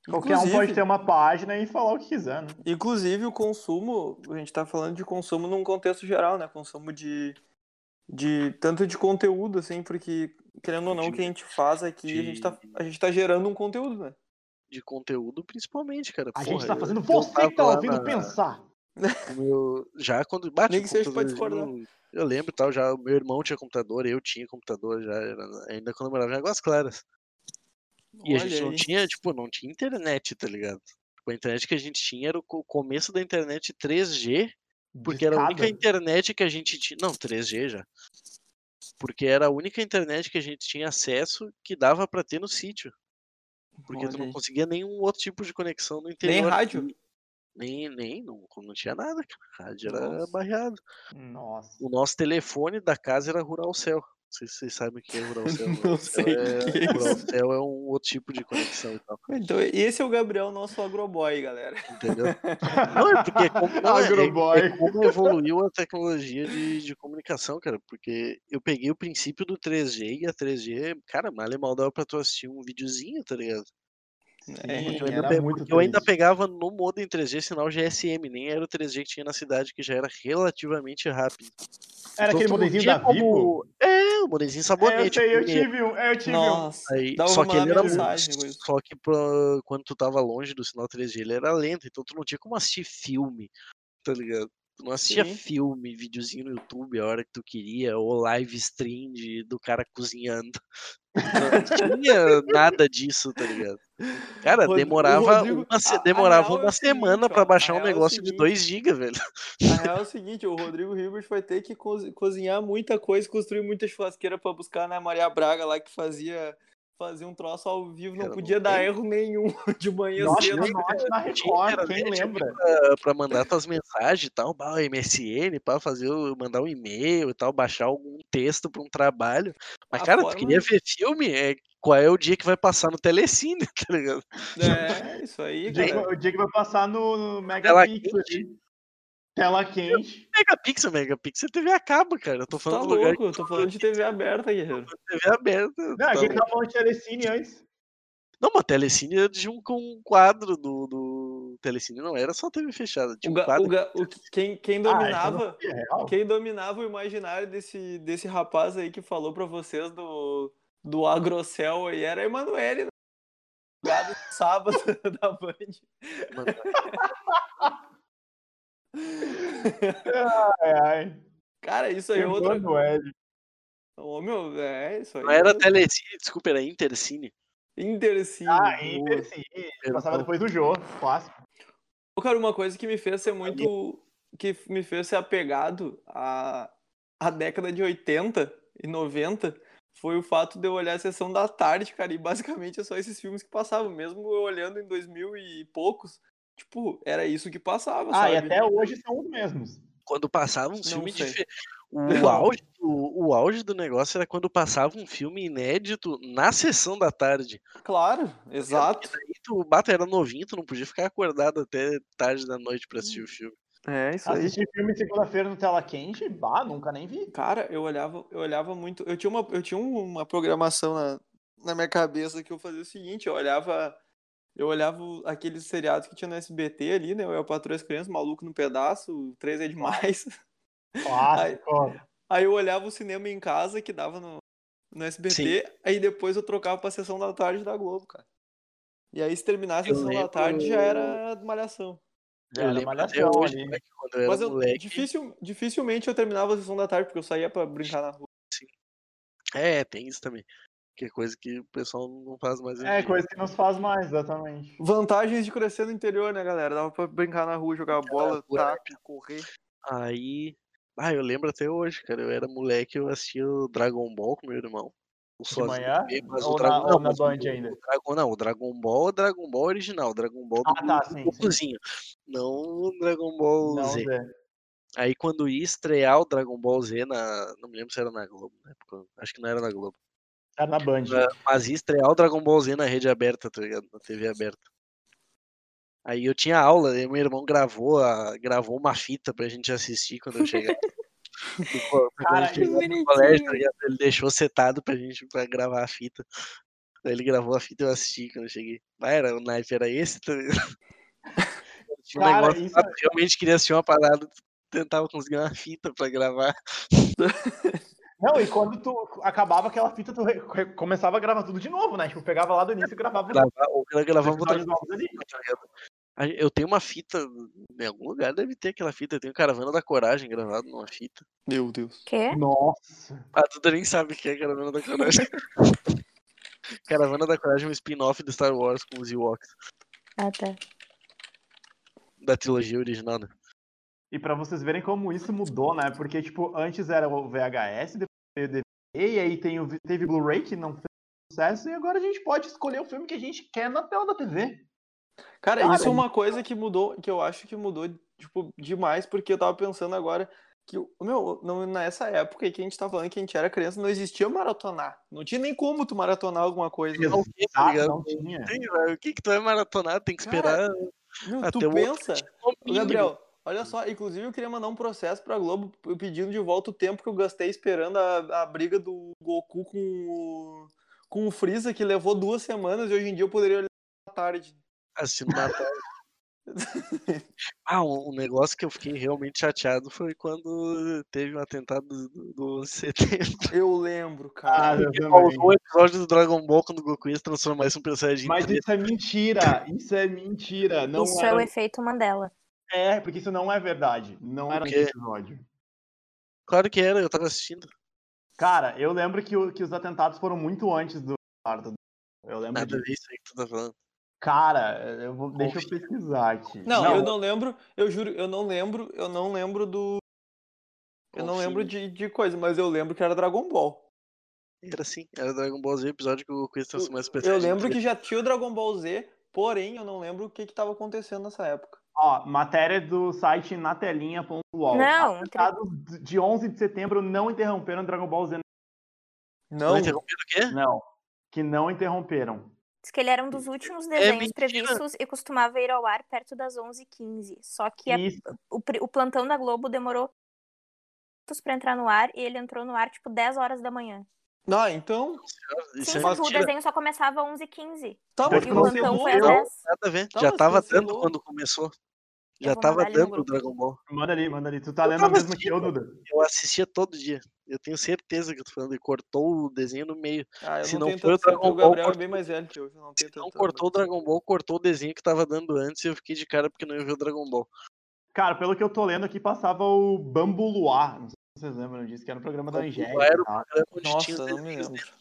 Qualquer um pode ter uma página e falar o que quiser, né?
Inclusive o consumo, a gente tá falando de consumo num contexto geral, né? Consumo de, de tanto de conteúdo, assim, porque querendo ou não, o que a gente faz aqui, a, gente tá, a gente tá gerando um conteúdo, né?
De conteúdo, principalmente, cara.
A
Porra,
gente tá
eu-
fazendo
eu
você que tá
tava lá
ouvindo
na-
pensar.
meu- já quando bate
Nem
o
que seja pra né?
computadorzinho, Eu lembro e tal, já o meu irmão tinha computador, eu tinha computador já, era- ainda quando eu morava em Águas Claras. E a
Olha
gente não
aí.
tinha, tipo, não tinha internet, tá ligado? Tipo, a internet que a gente tinha era o co- começo da internet 3G, porque era a única
Discada.
internet que a gente tinha. Não, 3G já. Porque era a única internet que a gente tinha acesso que dava pra ter no sítio. Porque
Olha
tu não um
aí.
conseguia nenhum outro tipo de conexão no interior.
rádio?
Nem, nem, não, não tinha nada, cara. Rádio era
Nossa.
barreado.
Nossa.
O nosso telefone da casa era Rural Cell. Não sei se vocês sabem o que é Rural Cell.
Não
Rural
(laughs) sei
Cell
o
é...
que é
Rural
isso.
Cell é um outro tipo de conexão e tal,
Então, esse é o Gabriel, nosso agroboy, galera.
(laughs)
entendeu? Não, é porque é como, não, é- é-
um Agroboy.
é como evoluiu a tecnologia de, de comunicação, cara. Porque eu peguei o princípio do 3G e a 3G, cara, mal e mal dava pra tu assistir um videozinho, tá ligado?
Sim,
Eu ainda,
era
pe-
muito
eu ainda
triste.
pegava no modem 3G sinal GSM, nem era o 3G que tinha na cidade, que já era relativamente rápido.
Era
Então,
aquele
tu não
modelinho
tinha
da Vivo.
É, o modezinho
É,
sabonete.
eu sei, eu
bonito.
tive um. Eu tive um.
Nossa,
Aí,
dava
só
pra
que ele
mandar
era
mensagem com isso.
só que pra- quando tu tava longe do sinal 3G, ele era lento, então tu não tinha como assistir filme, tá ligado? Tu não assistia
Sim.
filme, videozinho no YouTube a hora que tu queria, ou live stream de- do cara cozinhando. (laughs) Não tinha nada disso, tá ligado? Cara,
Rod-
demorava
Rodrigo,
uma, se-
a- a
demorava
real é o
uma semana
seguinte,
pra
ó,
baixar
a
um
real é o
negócio de
seguinte.
2 GB, velho.
A real é o seguinte, o Rodrigo Ribas vai ter que cozi- cozinhar muita coisa, construir muita churrasqueira pra buscar na Maria Braga lá que fazia fazia um troço ao vivo, não
Cara, não
podia dar
tem.
erro nenhum (laughs) de manhã
Nossa,
(laughs)
cedo.
nossa, na
Tinha
Record, quem
internet
lembra?
pra, pra mandar tuas mensagens e tal, bah, MSN, pra fazer, o- mandar um e-mail e tal, baixar algum texto pra um trabalho. Mas,
A
cara, tu
forma-
queria ver filme? É, qual é o dia que vai passar no Telecine, (laughs) tá ligado?
É, isso aí,
O dia, que,
cara.
o dia que vai passar no, no
Tela
Megapixel.
quente.
Tela quente.
Megapixel, Megapixel, TV acaba, cara. Eu tô
Tá
falando do lugar
louco, é eu tô falando de TV aberta, guerreiro.
que TV aberta.
Não,
tá
a gente
louco.
tava falando de Telecine antes.
Não, mas Telecine era de um, com um quadro do, do. Telecine não era só TV fechada, tinha
O
um
ga-
quadro.
o ga- o que- quem, quem
Ah,
dominava,
isso não é real.
quem dominava o imaginário desse, desse rapaz aí que falou pra vocês do, do Agrocel aí era a Emanuele, né? Gado de sábado (laughs) da Band.
Mano,
(laughs)
Ai, ai.
Cara, isso aí é
Lembrou
outra.
do Ed.
Ô, meu, é isso aí.
não era
é-
Telecine, desculpa, era Intercine.
Intercine.
Ah,
boa.
Inter, sim. Passava
Perdão.
depois do jogo, clássico.
Ô, Cara, uma coisa que me fez ser muito. que me fez ser apegado à, à década de 80 e 90 foi o fato de eu olhar a sessão da tarde, cara, e basicamente é só esses filmes que passavam, mesmo eu olhando em 2000 e poucos, tipo, era isso que passava,
Ah,
sabe?
e até hoje são os mesmos.
quando passava um
Não
filme
sei.
diferente.
Não.
O auge, o, o auge do negócio era quando passava um filme inédito na sessão da tarde.
Claro, exato.
E tu, o Bato era novinho, tu não podia ficar acordado até tarde da noite pra assistir o filme.
É isso aí.
Assisti filme segunda-feira no Tela Quente, bah, nunca nem vi.
Cara, eu olhava, eu olhava muito. Eu tinha uma, eu tinha um, uma programação na, na minha cabeça que eu fazia o seguinte, eu olhava, eu olhava o- aqueles seriados que tinha no SBT ali, né? Eu ia patroa as crianças, maluco no pedaço, o três é demais. (laughs)
Clássico.
Aí eu olhava o cinema em casa que dava no, no SBT, aí depois eu trocava pra sessão da tarde da Globo, cara. E aí, se terminasse a
Eu
sessão da
lembro-
tarde, já era malhação.
Já era
até
malhação
hoje,
ali.
como é que quando eu era
Mas eu,
moleque.
dificil- dificilmente eu terminava a sessão da tarde, porque eu saía pra brincar na rua.
É, tem isso também. Que é coisa que o pessoal não faz mais. hoje em
É,
dia.
coisa que não se faz mais, exatamente.
Vantagens de crescer no interior, né, galera? Dava pra brincar na rua, jogar bola, tá
rua, né,
taco, correr.
Aí. Ah, eu lembro até hoje, cara. Eu era moleque, eu assistia o Dragon Ball com meu irmão. O
De
sozinho
manhã?
também, mas o
Ou na,
Dragon
ou
não,
na
mas o-
Band ainda.
o Dragon- não, o Dragon Ball é o Dragon Ball original, o Dragon Ball do
Ah, tá, sim, sim.
Gokuzinho, não o Dragon Ball
Não,
Z.
Então, Zé.
Aí quando ia estrear o Dragon Ball Z na, não me lembro se era na Globo, né? Porque acho que não era na Globo.
Era tá na Band.
Ah, Mas ia estrear o Dragon Ball Z na rede aberta, tá ligado? Na TV aberta. Aí eu tinha aula, e meu irmão gravou, a, gravou uma fita pra gente assistir quando eu
(laughs)
chegar.
Cara,
Que bonitinho.
colégio, tá ligado? ele deixou setado pra gente pra gravar a fita. Aí ele gravou a fita e eu assisti quando eu cheguei. Ah, era, o naipe era esse, tá
(laughs)
ligado? Eu tinha um
Cara,
negócio
isso
lá, eu realmente queria assistir uma parada, tentava conseguir uma fita pra gravar.
Não, e quando tu acabava aquela fita, tu re- re- começava a gravar tudo de novo, né? Tipo, pegava lá do início e gravava os
gravar ou ela gravava outra
episódios novos ali.
fita, tá ligado? Aí Eu tenho uma fita, em algum lugar deve ter aquela fita, eu tenho Caravana da Coragem gravado numa fita.
Meu Deus.
Quê?
Nossa.
Ah, tu nem sabe o que é Caravana da Coragem. (laughs) Caravana da Coragem é um spin-off do Star Wars com os Ewoks,
Ah, tá.
da trilogia original, né?
E pra vocês verem como isso mudou, né? Porque, tipo, antes era o VHS, depois veio o DVD, e aí tem o, vi- teve o Blu-ray que não fez sucesso, e agora a gente pode escolher o filme que a gente quer na tela da TV.
Cara,
Cara,
isso é uma coisa que mudou, que eu acho que mudou, tipo, demais, porque eu tava pensando agora que, o- meu, não, nessa época aí que a gente tá falando que a gente era criança, não existia maratonar. Não tinha nem como tu maratonar alguma coisa.
Não tem, tá
Ah,
ligado?
não tinha.
Tem, velho. O que que tu vai maratonar? Tem que esperar. um
Cara, Meu,
até
tu
o outro
pensa.
no
Ô,
mínimo.
Gabriel, olha só, inclusive eu queria mandar um processo pra Globo p- pedindo de volta o tempo que eu gastei esperando a, a briga do Goku com o, com o Freeza, que levou duas semanas e hoje em dia eu poderia olhar à tarde.
Assistindo na tarde. tá? Ah, um, um negócio que eu fiquei realmente chateado foi quando teve o atentado do, do, do 11 de setembro.
Eu lembro,
Ah,
cara.
eu
que
também.
Pausou o episódio do Dragon Ball quando o Goku ia se transformar em Super Saiyajin.
Mas
3.
isso é mentira, isso é mentira. Não
Isso
era... um
é o efeito Mandela.
É, porque isso não é verdade. Não era
quê?
nesse episódio.
Claro que era, eu tava assistindo.
Cara, eu lembro que, o- que os atentados foram muito antes do Eduardo. Eu lembro
Nada a
de...
É ver isso aí que tu tá falando.
Cara, eu vou... deixa eu pesquisar aqui.
Ah, Não, eu não lembro, eu juro, eu não lembro, eu não lembro do. Eu não
Confio.
lembro de, de coisa, mas eu lembro que era Dragon Ball.
Era assim, era Dragon Ball Z, o episódio que o Goku ia se transformar em Super
Eu
Saiyajin.
lembro
3.
que já tinha o Dragon Ball Z, porém eu não lembro o que que tava acontecendo nessa época.
Ó, matéria do site natelinha.uol.
Não,
Atentados de- de 11 de setembro não interromperam Dragon Ball Z.
Não,
Não,
interromperam o quê?
Não, que não interromperam.
Diz que ele era um dos últimos desenhos
é mentira.
previstos e costumava ir ao ar perto das 11h15. Só que é a-
Isso,
o, pri- o plantão da Globo demorou minutos pra entrar no ar e ele entrou no ar tipo 10 horas da manhã.
não, então.
Isso
Sim,
é
só que o
mentira.
desenho só começava às 11h15.
Tá,
Tanto
mas
que
E o plantão
cancelou,
foi às
eu-
10.
Nada a ver.
Tá,
já
mas
tava
cancelou.
dando quando começou.
Eu
Já
vou
tava
mandar ali no
dando o
grupo.
Dragon Ball.
manda ali, manda ali. Tu tá
Eu
lendo a
tava
mesma que eu,
assistindo.
Duda?
Eu assistia todo dia. Eu tenho certeza que eu tô falando. E cortou o desenho no meio.
Ah, eu
Se
não,
não
tenho
foi o
tanto tempo.
Dragon
O
Ball,
Gabriel é
cortou.
bem mais velho que eu, eu não tenho
Não
tanto
cortou o Dragon Ball, cortou o desenho que tava dando antes e eu fiquei de cara porque não ia ver o Dragon Ball.
Cara, pelo que eu tô lendo aqui, passava o Bambu Luar. Não sei se vocês lembram disso, que era um programa da
Bambu
Angélica.
Luar era
e tal.
Era onde tinha
Nossa,
os
não me
desenhos.
lembro.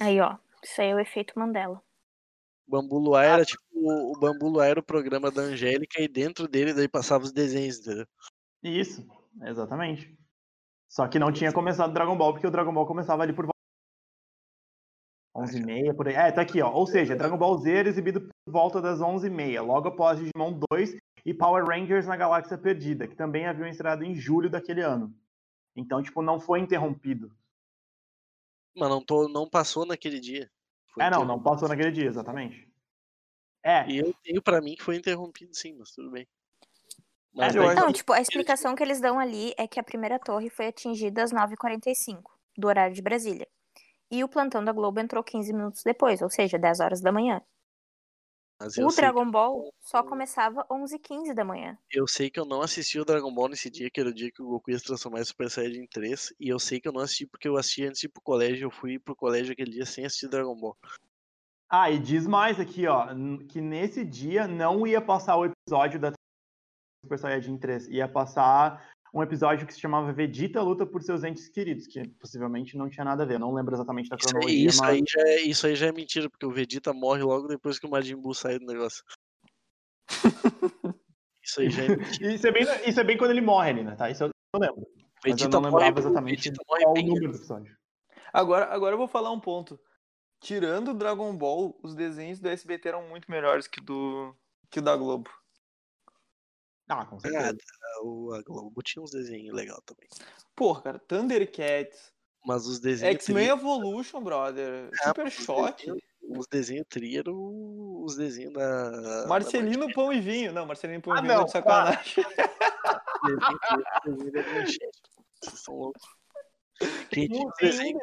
Aí, ó. Isso aí é o efeito Mandela.
O Bambu Luar era tipo. O Bambu Luar era o programa da Angélica e dentro dele daí passava os desenhos, entendeu?
Isso, exatamente. Só que não tinha começado Dragon Ball, porque o Dragon Ball começava ali por volta. 11h30, por aí. É, tá aqui, ó. Ou seja, Dragon Ball Z era exibido por volta das 11h30, logo após Digimon 2 e Power Rangers na Galáxia Perdida, que também haviam estreado em julho daquele ano. Então, tipo, não foi interrompido.
Mas não, tô, não passou naquele dia. Foi
É, não,
interrompido.
não passou naquele dia, exatamente. É,
E eu tenho pra mim que foi interrompido sim, mas tudo bem.
É, eu
daí-
acho-
Não, tipo, a explicação que eles dão ali é que a primeira torre foi atingida às 9h45 do horário de Brasília. E o plantão da Globo entrou 15 minutos depois, ou seja, 10 horas da manhã.
Mas eu
O
sei,
Dragon Ball só começava 11h15 da manhã.
eu sei que eu não assisti o Dragon Ball nesse dia, que era o dia que o Goku ia se transformar em Super Saiyajin 3. E eu sei que eu não assisti porque eu assisti antes de ir pro colégio. Eu fui pro colégio aquele dia sem assistir Dragon Ball.
Ah, e diz mais aqui, ó, n- que nesse dia não ia passar o episódio da Super Saiyajin 3, ia passar um episódio que se chamava Vegeta luta por seus entes queridos, que possivelmente não tinha nada a ver, não lembro exatamente da
Isso aí,
cronologia,
isso
mas
aí já é, isso aí já é mentira, porque o Vegeta morre logo depois que o Majin Buu sai do negócio.
(laughs)
Isso aí já é mentira.
isso é bem, isso é bem quando ele morre ali, né, tá? Isso eu não lembro. Mas eu
Vegeta
não
morre,
lembrava exatamente
Vegeta morre
Qual o
É bem né?
número do episódio?
Agora, agora eu vou falar um ponto. Tirando o Dragon Ball, os desenhos do SBT eram muito melhores que do que o da Globo.
Ah, com certeza.
Ah, o- a Globo tinha uns desenhos legais também.
Pô, cara, Thundercats,
Mas os desenhos.
X-Men é Evolution, brother,
Ah,
Super
mas os
Choque,
desenhos- Os desenhos tri eram os desenhos da. da
Marcelino Pão e Vinho. Não, Marcelino Pão
Ah,
e Vinho é
não,
de sacanagem. (laughs)
Desenho- desenho da manchete. Vocês são loucos. Quem tinha, os desenhos,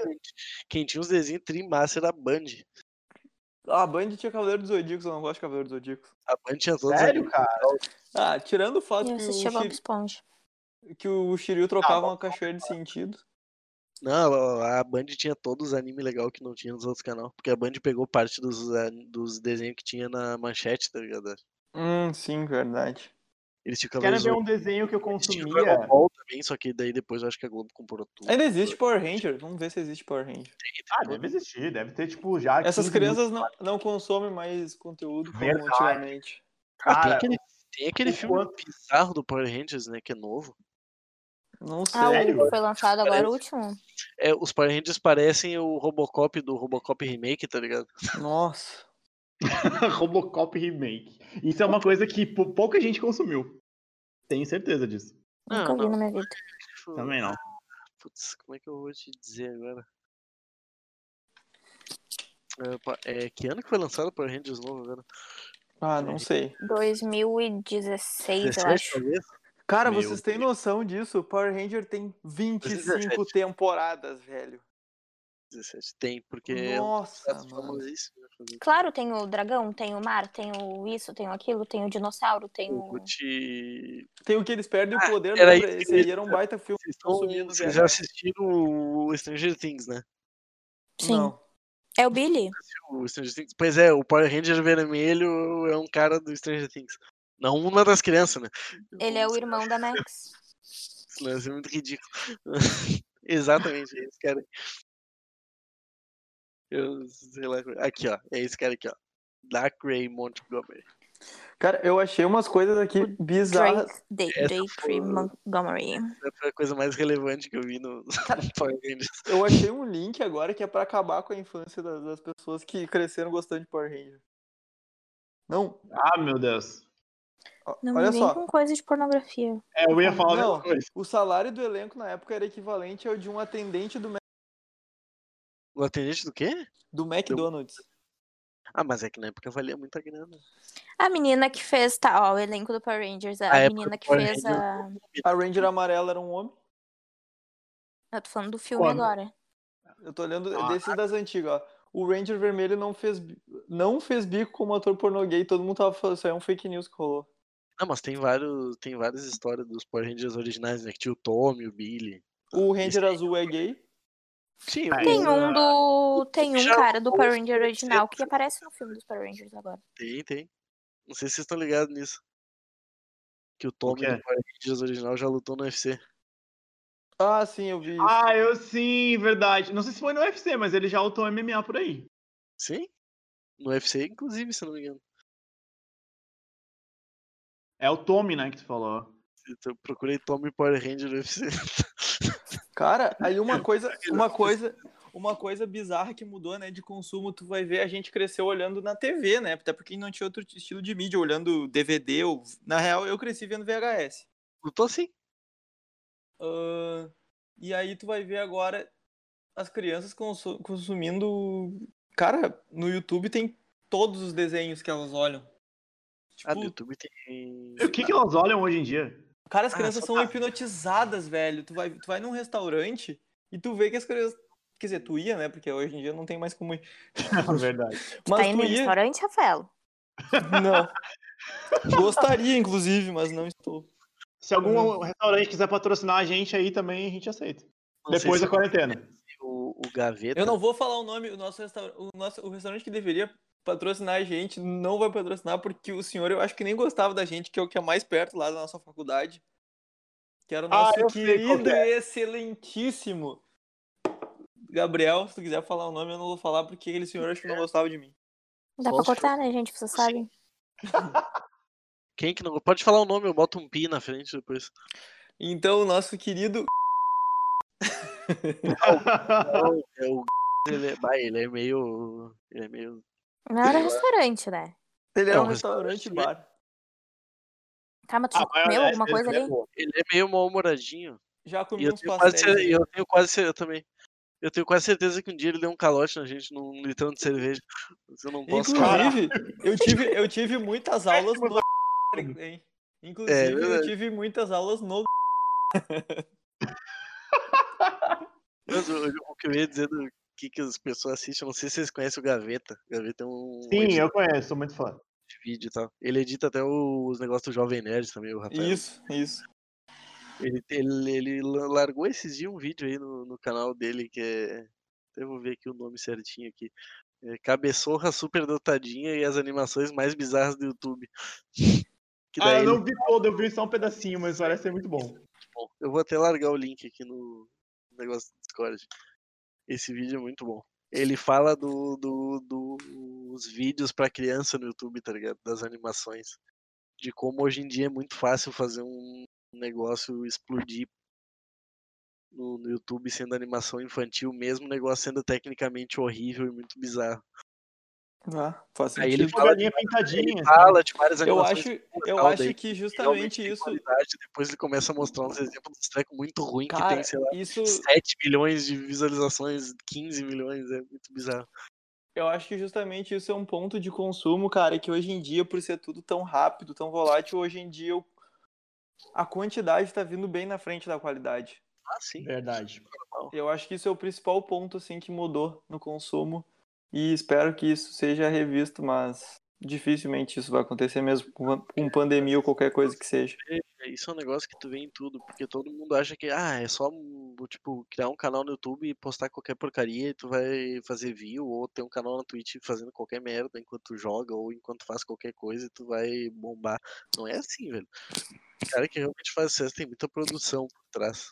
quem tinha os desenhos trimassa era a Band.
Ah, A Band tinha Cavaleiro dos Zodíacos, eu não gosto de Cavaleiro dos Zodíacos.
A Band tinha todos
Sério, cara?
Ah, tirando o fato
E eu
que o,
assistia Bob
Shiryu,
Esponja.
que o Shiryu trocava
Ah, bom,
uma cachoeira de sentido.
Não, a a Band tinha todos os animes legais que não tinha nos outros canais. Porque a Band pegou parte dos, a- dos desenhos que tinha na manchete, tá ligado?
Hum, sim, verdade.
Eles tinham
Quero
Cavaleiros
ver
do
um desenho que eu
Zodíaco, tinha
consumia.
Dragon Ball também, só que daí depois eu acho que a Globo comprou tudo.
Ainda existe Power Ranger, vamos ver se existe Power Ranger.
Ah, deve existir, deve ter, tipo, já.
Essas
15
crianças não, não consomem mais conteúdo como
Verdade.
antigamente.
Ah, tem
Cara,
aquele, tem aquele
o
filme
quanto-
bizarro do Power Rangers, né? Que é novo.
Não sei.
Ah,
Sério?
o foi lançado agora
Parece.
o último?
É, os Power Rangers parecem o Robocop do Robocop Remake, tá ligado?
Nossa.
(laughs) Robocop Remake. Isso é uma coisa que pou- pouca gente consumiu. Tenho certeza disso.
Não,
Nunca vi
não.
na minha vida.
Tipo,
Também não.
Putz, como é que eu vou te dizer agora? É, pa- É, que ano que foi lançado o Power Rangers novo agora?
Ah, não sei.
2016, eu
17,
Então, acho.
talvez?
Cara,
Meu
vocês têm noção disso? Power Ranger tem 25
17.
temporadas, velho.
17. Tem, porque é um
Nossa,
traço
mano.
famosíssimo. né, fazer.
Claro, tem o dragão, tem o mar, tem o isso, tem o aquilo, tem o dinossauro, tem
Eu
o.
vou te-
Tem o que eles perdem o poder,
Ah, era
lembra?
isso que
Esse
eu ia
aí era um baita filme
Vocês, tão-
consumido,
vocês já
velho.
assistiram o Stranger Things, né?
Sim.
Não.
É o Billy?
O Stranger Things. Pois é, o Power Ranger vermelho é um cara do Stranger Things. Não uma das crianças, né?
Ele é o irmão da Max.
Isso não ia ser muito ridículo. (laughs) Exatamente, é esse cara. aí. Eu sei lá. Aqui, ó. É esse cara aqui, ó. Da Cray Montgomery.
Cara, eu achei umas coisas aqui bizarras.
Drake, de,
Essa
Drake Montgomery.
Essa foi a coisa mais relevante que eu vi no, (laughs) no Power Rangers.
Eu achei um link agora que é pra acabar com a infância das, das pessoas que cresceram gostando de Power Ranger. Não,
Ah, meu Deus.
ó,
Não
olha
me vem
só.
com coisa de pornografia.
É, eu ia falar a
Não.
mesma coisa.
O salário do elenco na época era equivalente ao de um atendente do, Mac-
O atendente do quê?
do McDonald's.
Ah, mas é que na época valia muita grana.
A menina que fez. Tá, ó, o elenco do Power Rangers. A,
A época
menina
do
que
Power
fez a.
A Ranger amarela era um homem.
Eu tô falando do filme
Quando?
agora.
Eu tô olhando
Ah.
desses das antigas, ó. O Ranger Vermelho não fez, bi- não fez bico como ator pornô gay. Todo mundo tava falando, isso aí é um fake news que rolou.
Ah, mas tem, vários, tem várias histórias dos Power Rangers originais, né? Que tinha o Tommy, o Billy.
O Ranger
Ah, Isso aí.
Azul é gay.
Sim,
Ah,
Tem
isso.
um do. Tem um
Já
cara do
vou
Power Ranger original
dizer.
que aparece no filme dos Power Rangers agora.
Tem, tem. Não sei se vocês estão ligados nisso. Que o Tommy
quê?
do Power Rangers original já lutou no UFC.
Ah, sim, eu vi. isso.
Ah, eu sim, verdade. Não sei se foi no UFC, mas ele já lutou MMA por aí.
Sim? No UFC, inclusive, se não me engano.
É o Tommy, né, que tu falou.
Eu procurei Tommy Power Ranger no UFC.
Cara, aí uma coisa, uma coisa, uma coisa bizarra que mudou, né, de consumo, tu vai ver a gente cresceu olhando na TV, né? Até porque não tinha outro estilo de mídia, olhando DVD ou na real eu cresci vendo VHS.
(laughs) Lutou sim.
Ahn, e aí tu vai ver agora as crianças consu- consumindo. Cara, no YouTube tem todos os desenhos que elas olham.
Ah, no
Tipo,
YouTube tem.
E o que, que elas olham hoje em (laughs) dia?
cara, as
Ah,
crianças
só
são
tá.
hipnotizadas, velho. Tu vai, tu vai num restaurante e tu vê que as crianças. Quer dizer, tu ia, né? Porque hoje em dia não tem mais como ir.
verdade.
Tá
Mas
indo
tu
em
ia.
restaurante, Rafael?
Não. Gostaria, inclusive, mas não estou.
Se algum restaurante quiser patrocinar a gente aí também, a gente aceita.
Não sei
Depois
se
da quarentena.
o, o Gaveta.
Eu não vou falar o nome, o nosso, restaura- o nosso o restaurante que deveria patrocinar a gente não vai patrocinar porque o senhor eu acho que nem gostava da gente, que é o que é mais perto lá da nossa faculdade. Que era o
Ah,
nosso
eu sei qual
querido
que é.
e excelentíssimo Gabriel, se tu quiser falar o nome, eu não vou falar porque aquele senhor acho que não gostava de mim.
Dá pra
Posso?
cortar, né, gente? Vocês sabem.
Quem que não. Pode falar o nome, eu boto um pi na frente depois.
Então, o nosso querido
Ah.
Não, é o. (laughs) Ele é, bah, ele é meio. Ele é meio.
Não era restaurante, né?
Ele
É
é
um
um restaurante
restaurante,
bar.
Tá, mas tu
Ah,
já comeu
maionese,
alguma coisa
ele é
ali?
bom.
Ele é meio mal-humoradinho.
Já
E
comi
eu
uns
tenho, quase,
pastéis.
cer-
aí.
eu tenho quase cer- Eu também. Eu tenho quase certeza que um dia ele deu um calote na gente num litrão de cerveja. Mas eu não posso falar.
Inclusive, eu tive, eu tive
(laughs)
muitas
É, tipo,
aulas no. hein? Inclusive,
É
eu
verdade.
tive muitas aulas no.
Mas o, o que eu ia dizer do que, que as pessoas assistem, eu não sei se vocês conhecem o Gaveta. O Gaveta é um
(laughs) Sim,
editor
eu conheço, sou muito fã.
de vídeo e tal. Ele edita até o- os negócios do Jovem Nerd também, o Rafael.
Isso, isso.
Ele, ele, ele la- largou esses dias um vídeo aí no, no canal dele que é. Eu vou ver aqui o nome certinho aqui. É Cabeçorra Superdotadinha e as animações mais bizarras do YouTube. (laughs) Que
Ah,
daí
eu
ele-
não vi todo, eu vi só um pedacinho, mas parece ser muito bom.
bom. Eu vou até largar o link aqui no negócio do Discord. Esse vídeo é muito bom. Ele fala do, do, dos vídeos pra criança no YouTube, tá ligado? Das animações. De como hoje em dia é muito fácil fazer um negócio explodir no, no YouTube sendo animação infantil, mesmo o negócio sendo tecnicamente horrível e muito bizarro.
Ah, faz
Aí
sentido.
Uma
ele fala, de,
galinha
ele
pintadinha.
fala de várias
Eu
animações
acho,
e
eu
tal,
acho
daí
que
realmente
justamente
tem
isso.
qualidade, Depois ele começa a mostrar uns exemplos dos trecos muito ruins que
Cara,
tem, sei lá, (laughs)
isso.
7 milhões de visualizações, 15 milhões, é muito bizarro.
Eu acho que justamente isso é um ponto de consumo, cara, que hoje em dia, por ser tudo tão rápido, tão volátil, hoje em dia o- a quantidade tá vindo bem na frente da qualidade.
Ah, sim.
Verdade.
Eu acho que isso é o principal ponto assim que mudou no consumo e espero que isso seja revisto, mas dificilmente isso vai acontecer mesmo com a- com pandemia ou qualquer coisa que seja.
É, Isso é um negócio que tu vê em tudo, porque todo mundo acha que, ah, é só, hum, tipo, criar um canal no YouTube e postar qualquer porcaria e tu vai fazer view, ou ter um canal na Twitch fazendo qualquer merda enquanto tu joga, ou enquanto faz qualquer coisa e tu vai bombar. Não é assim, velho. O cara que realmente faz sucesso tem muita produção por trás.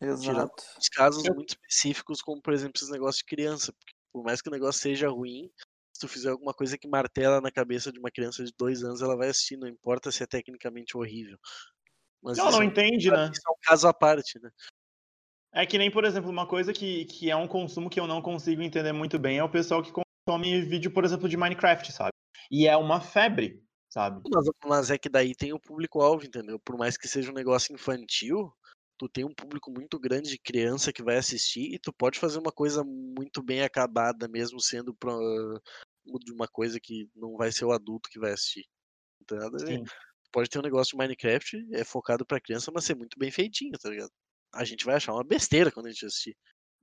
Exato.
uns casos
Eu-
muito específicos, como por exemplo esses negócios de criança. Porque por mais que o negócio seja ruim, se tu fizer alguma coisa que martela na cabeça de uma criança de dois anos, ela vai assistir, não importa se é tecnicamente horrível. Mas
Não,
isso,
não
é um-
entende, né?
isso é um caso à parte, né?
É que nem, por exemplo, uma coisa que, que é um consumo que eu não consigo entender muito bem é o pessoal que consome vídeo, por exemplo, de Minecraft, sabe? E é uma febre, sabe?
Mas, mas é que daí tem o público-alvo, entendeu? Por mais que seja um negócio infantil, tu tem um público muito grande de criança que vai assistir e tu pode fazer uma coisa muito bem acabada, mesmo sendo pra, ah, de uma coisa que não vai ser o adulto que vai assistir. Então, Não tem nada a ver.
Sim.
pode ter um negócio de Minecraft, é focado pra criança, mas ser muito bem feitinho, tá ligado? A gente vai achar uma besteira quando a gente assistir.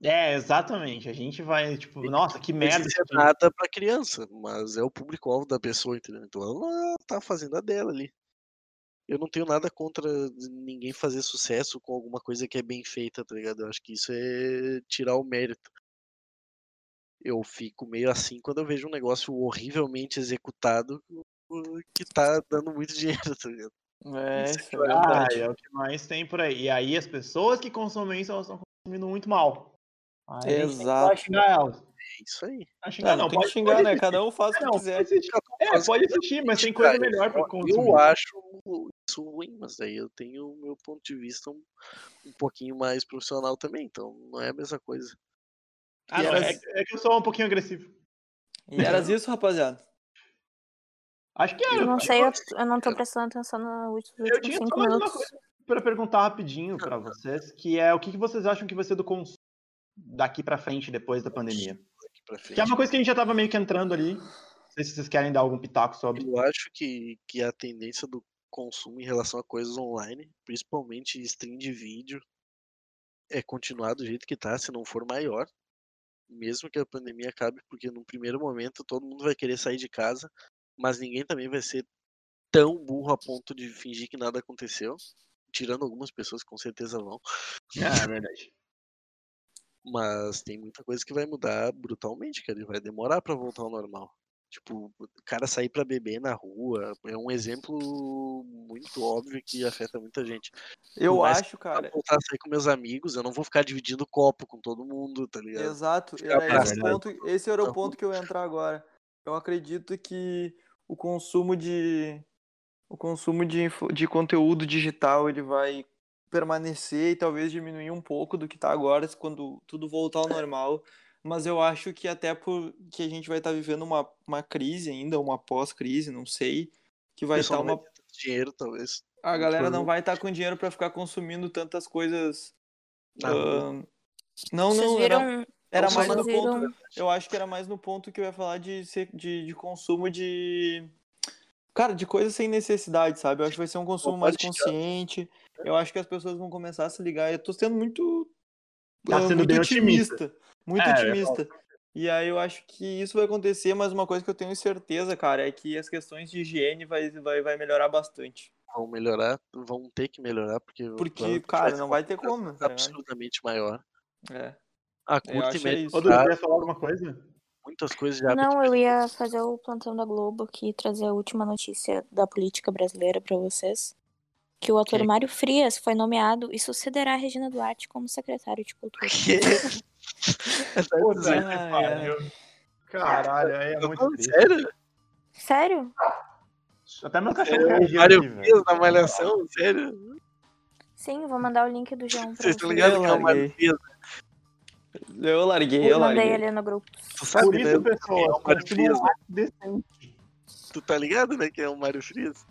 É, exatamente. A gente vai, tipo, nossa, que
Não
merda.
existe
isso aqui.
nada pra criança, mas é o público-alvo da pessoa, entendeu? Então ela tá fazendo a dela ali. Eu não tenho nada contra ninguém fazer sucesso com alguma coisa que é bem feita, tá ligado? Eu acho que isso é tirar o mérito. Eu fico meio assim quando eu vejo um negócio horrivelmente executado que tá dando muito (laughs) dinheiro, tá ligado?
É,
Isso é
isso é
claro.
Ah,
verdade.
é o que mais tem por aí. E aí as pessoas que consomem isso, elas estão consumindo muito mal. Aí a gente tem que
Exato.
lá xingar elas.
É isso aí.
Não
Não,
xingar,
não,
não.
tem que
Pode,
xingar,
pode
né?
existir.
Cada um faz o que
Não,
quiser.
pode existir. É, pode existir, mas tem coisa melhor pra consumir.
Eu acho isso ruim, mas daí eu tenho o meu ponto de vista um, um pouquinho mais profissional também, então não é a mesma coisa.
Ah, não, é, é que eu sou um pouquinho agressivo.
E era isso, rapaziada.
Acho que é.
Eu não
acho
sei,
que
eu, eu não tô prestando atenção nos
Eu
últimos
tinha
cinco
só mais uma
minutos.
coisa para perguntar rapidinho para vocês, que é o que que vocês acham que vai ser do consumo daqui para frente depois da pandemia?
Daqui pra frente.
Que é uma coisa que a gente já tava meio que entrando ali. Não sei se vocês querem dar algum pitaco (laughs) sobre.
Eu acho que, que a tendência do consumo em relação a coisas online, principalmente stream de vídeo, é continuar do jeito que tá, se não for maior. Mesmo que a pandemia acabe, porque num primeiro momento todo mundo vai querer sair de casa mas ninguém também vai ser tão burro a ponto de fingir que nada aconteceu. Tirando algumas pessoas que com certeza vão.
É, é verdade.
Mas tem muita coisa que vai mudar brutalmente, cara. E vai demorar para voltar ao normal. Tipo, o cara sair para beber na rua é um exemplo muito óbvio que afeta muita gente.
Eu
Mas tá
acho, cara.
Eu voltar a sair com meus amigos, eu não vou ficar dividindo copo com todo mundo, tá ligado?
Exato,
Ficar
era esse,
abraçado.
ponto, esse era o ponto que eu ia entrar agora. Eu acredito que o consumo de o consumo de, info- de conteúdo digital ele vai permanecer e talvez diminuir um pouco do que está agora quando tudo voltar ao normal, mas eu acho que até por que a gente vai estar vivendo uma, uma crise ainda, uma pós-crise, não sei, que vai
O
estar
pessoal não
uma
vai ter tanto dinheiro, talvez.
a
muito
galera não
produto.
vai estar com dinheiro para ficar consumindo tantas coisas.
Ah,
Na rua.
ahn, Não,
Vocês
não, era,
viram.
era
Não só
mais
na
no
vocês
rua,
ponto
na verdade.
eu acho que era mais no ponto que eu ia falar de, ser- de, de consumo de. Cara, de coisa sem necessidade, sabe? Eu acho que vai ser um consumo mais
Vontade de
consciente. Eu acho que as pessoas vão começar a se ligar. Eu tô sendo muito.
Tá
ah,
sendo
muito
bem
otimista.
otimista.
Muito
É,
otimista. E aí eu acho que isso vai acontecer, mas uma coisa que eu tenho certeza, cara, é que as questões de higiene vai, vai, vai melhorar bastante.
Vão melhorar, vão ter que melhorar, porque.
Porque,
provavelmente
cara,
ser
não
uma
vai ter
coisa
como, tá ligado?
um Absurdamente maior.
É.
A
Eu
curto e
acho que é
médio
Ô,
isso.
Dudu,
prazo,
quer falar alguma coisa?
muitas coisas já
Não,
(laughs)
eu ia fazer o plantão da Globo aqui e trazer a última notícia da política brasileira pra vocês. Que o ator
Quem?
Mário Frias foi nomeado e sucederá a Regina Duarte como secretário de cultura.
Que? É
Puta
ai,
que pariu. Caralho, aí é muito triste.
Sério?
Sério?
Até meu cachorro
O
reagiu
Mário
aqui, velho.
Frias na Malhação? Sério?
Sim, vou mandar o link do João pra
Vocês estão
vocês.
ligados que é o
larguei.
Mário Frias? né?
Eu larguei, eu
Eu mandei
larguei.
ali no grupo.
Tu
Por
sabe,
isso,
né? É
pessoal,
o Mário
continua
Frias,
um ato decente.
Tu tá ligado, né? Que é o Mário Frias?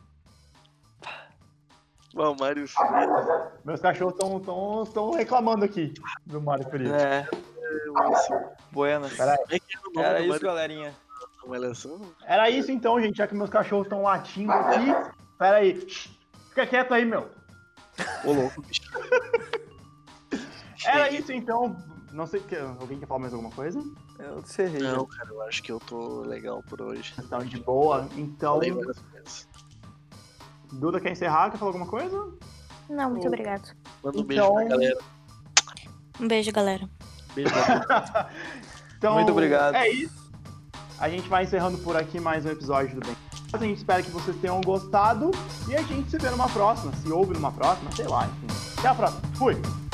Bom, o Mário Frias
Meus cachorros estão tão, tão reclamando aqui do Mário Frias.
É,
é um assim.
buenas.
Caralho.
Como é que era o nome
Era
do
isso,
Mário
galerinha.
Frias na Malhação?
Era isso então, gente, já que meus cachorros estão latindo aqui. Pera aí. Fica quieto aí, meu.
Ô, louco, bicho.
Era isso então. Não sei, que- alguém quer falar mais alguma coisa?
Eu sei. (laughs)
Não, cara, eu acho que eu tô legal por hoje.
Então, de boa. Então,
Falei várias coisas.
Duda quer encerrar? Quer falar alguma coisa?
(laughs)
Não, muito obrigado.
Manda um beijo pra
Então-
galera.
Um beijo, galera.
Beijo pra todos.
Então,
Muito obrigado.
É isso. A gente vai encerrando por aqui mais um episódio do Bem. A gente espera que vocês tenham gostado e a gente se vê numa próxima, se ouve numa próxima, sei lá, enfim. Até a próxima. Fui!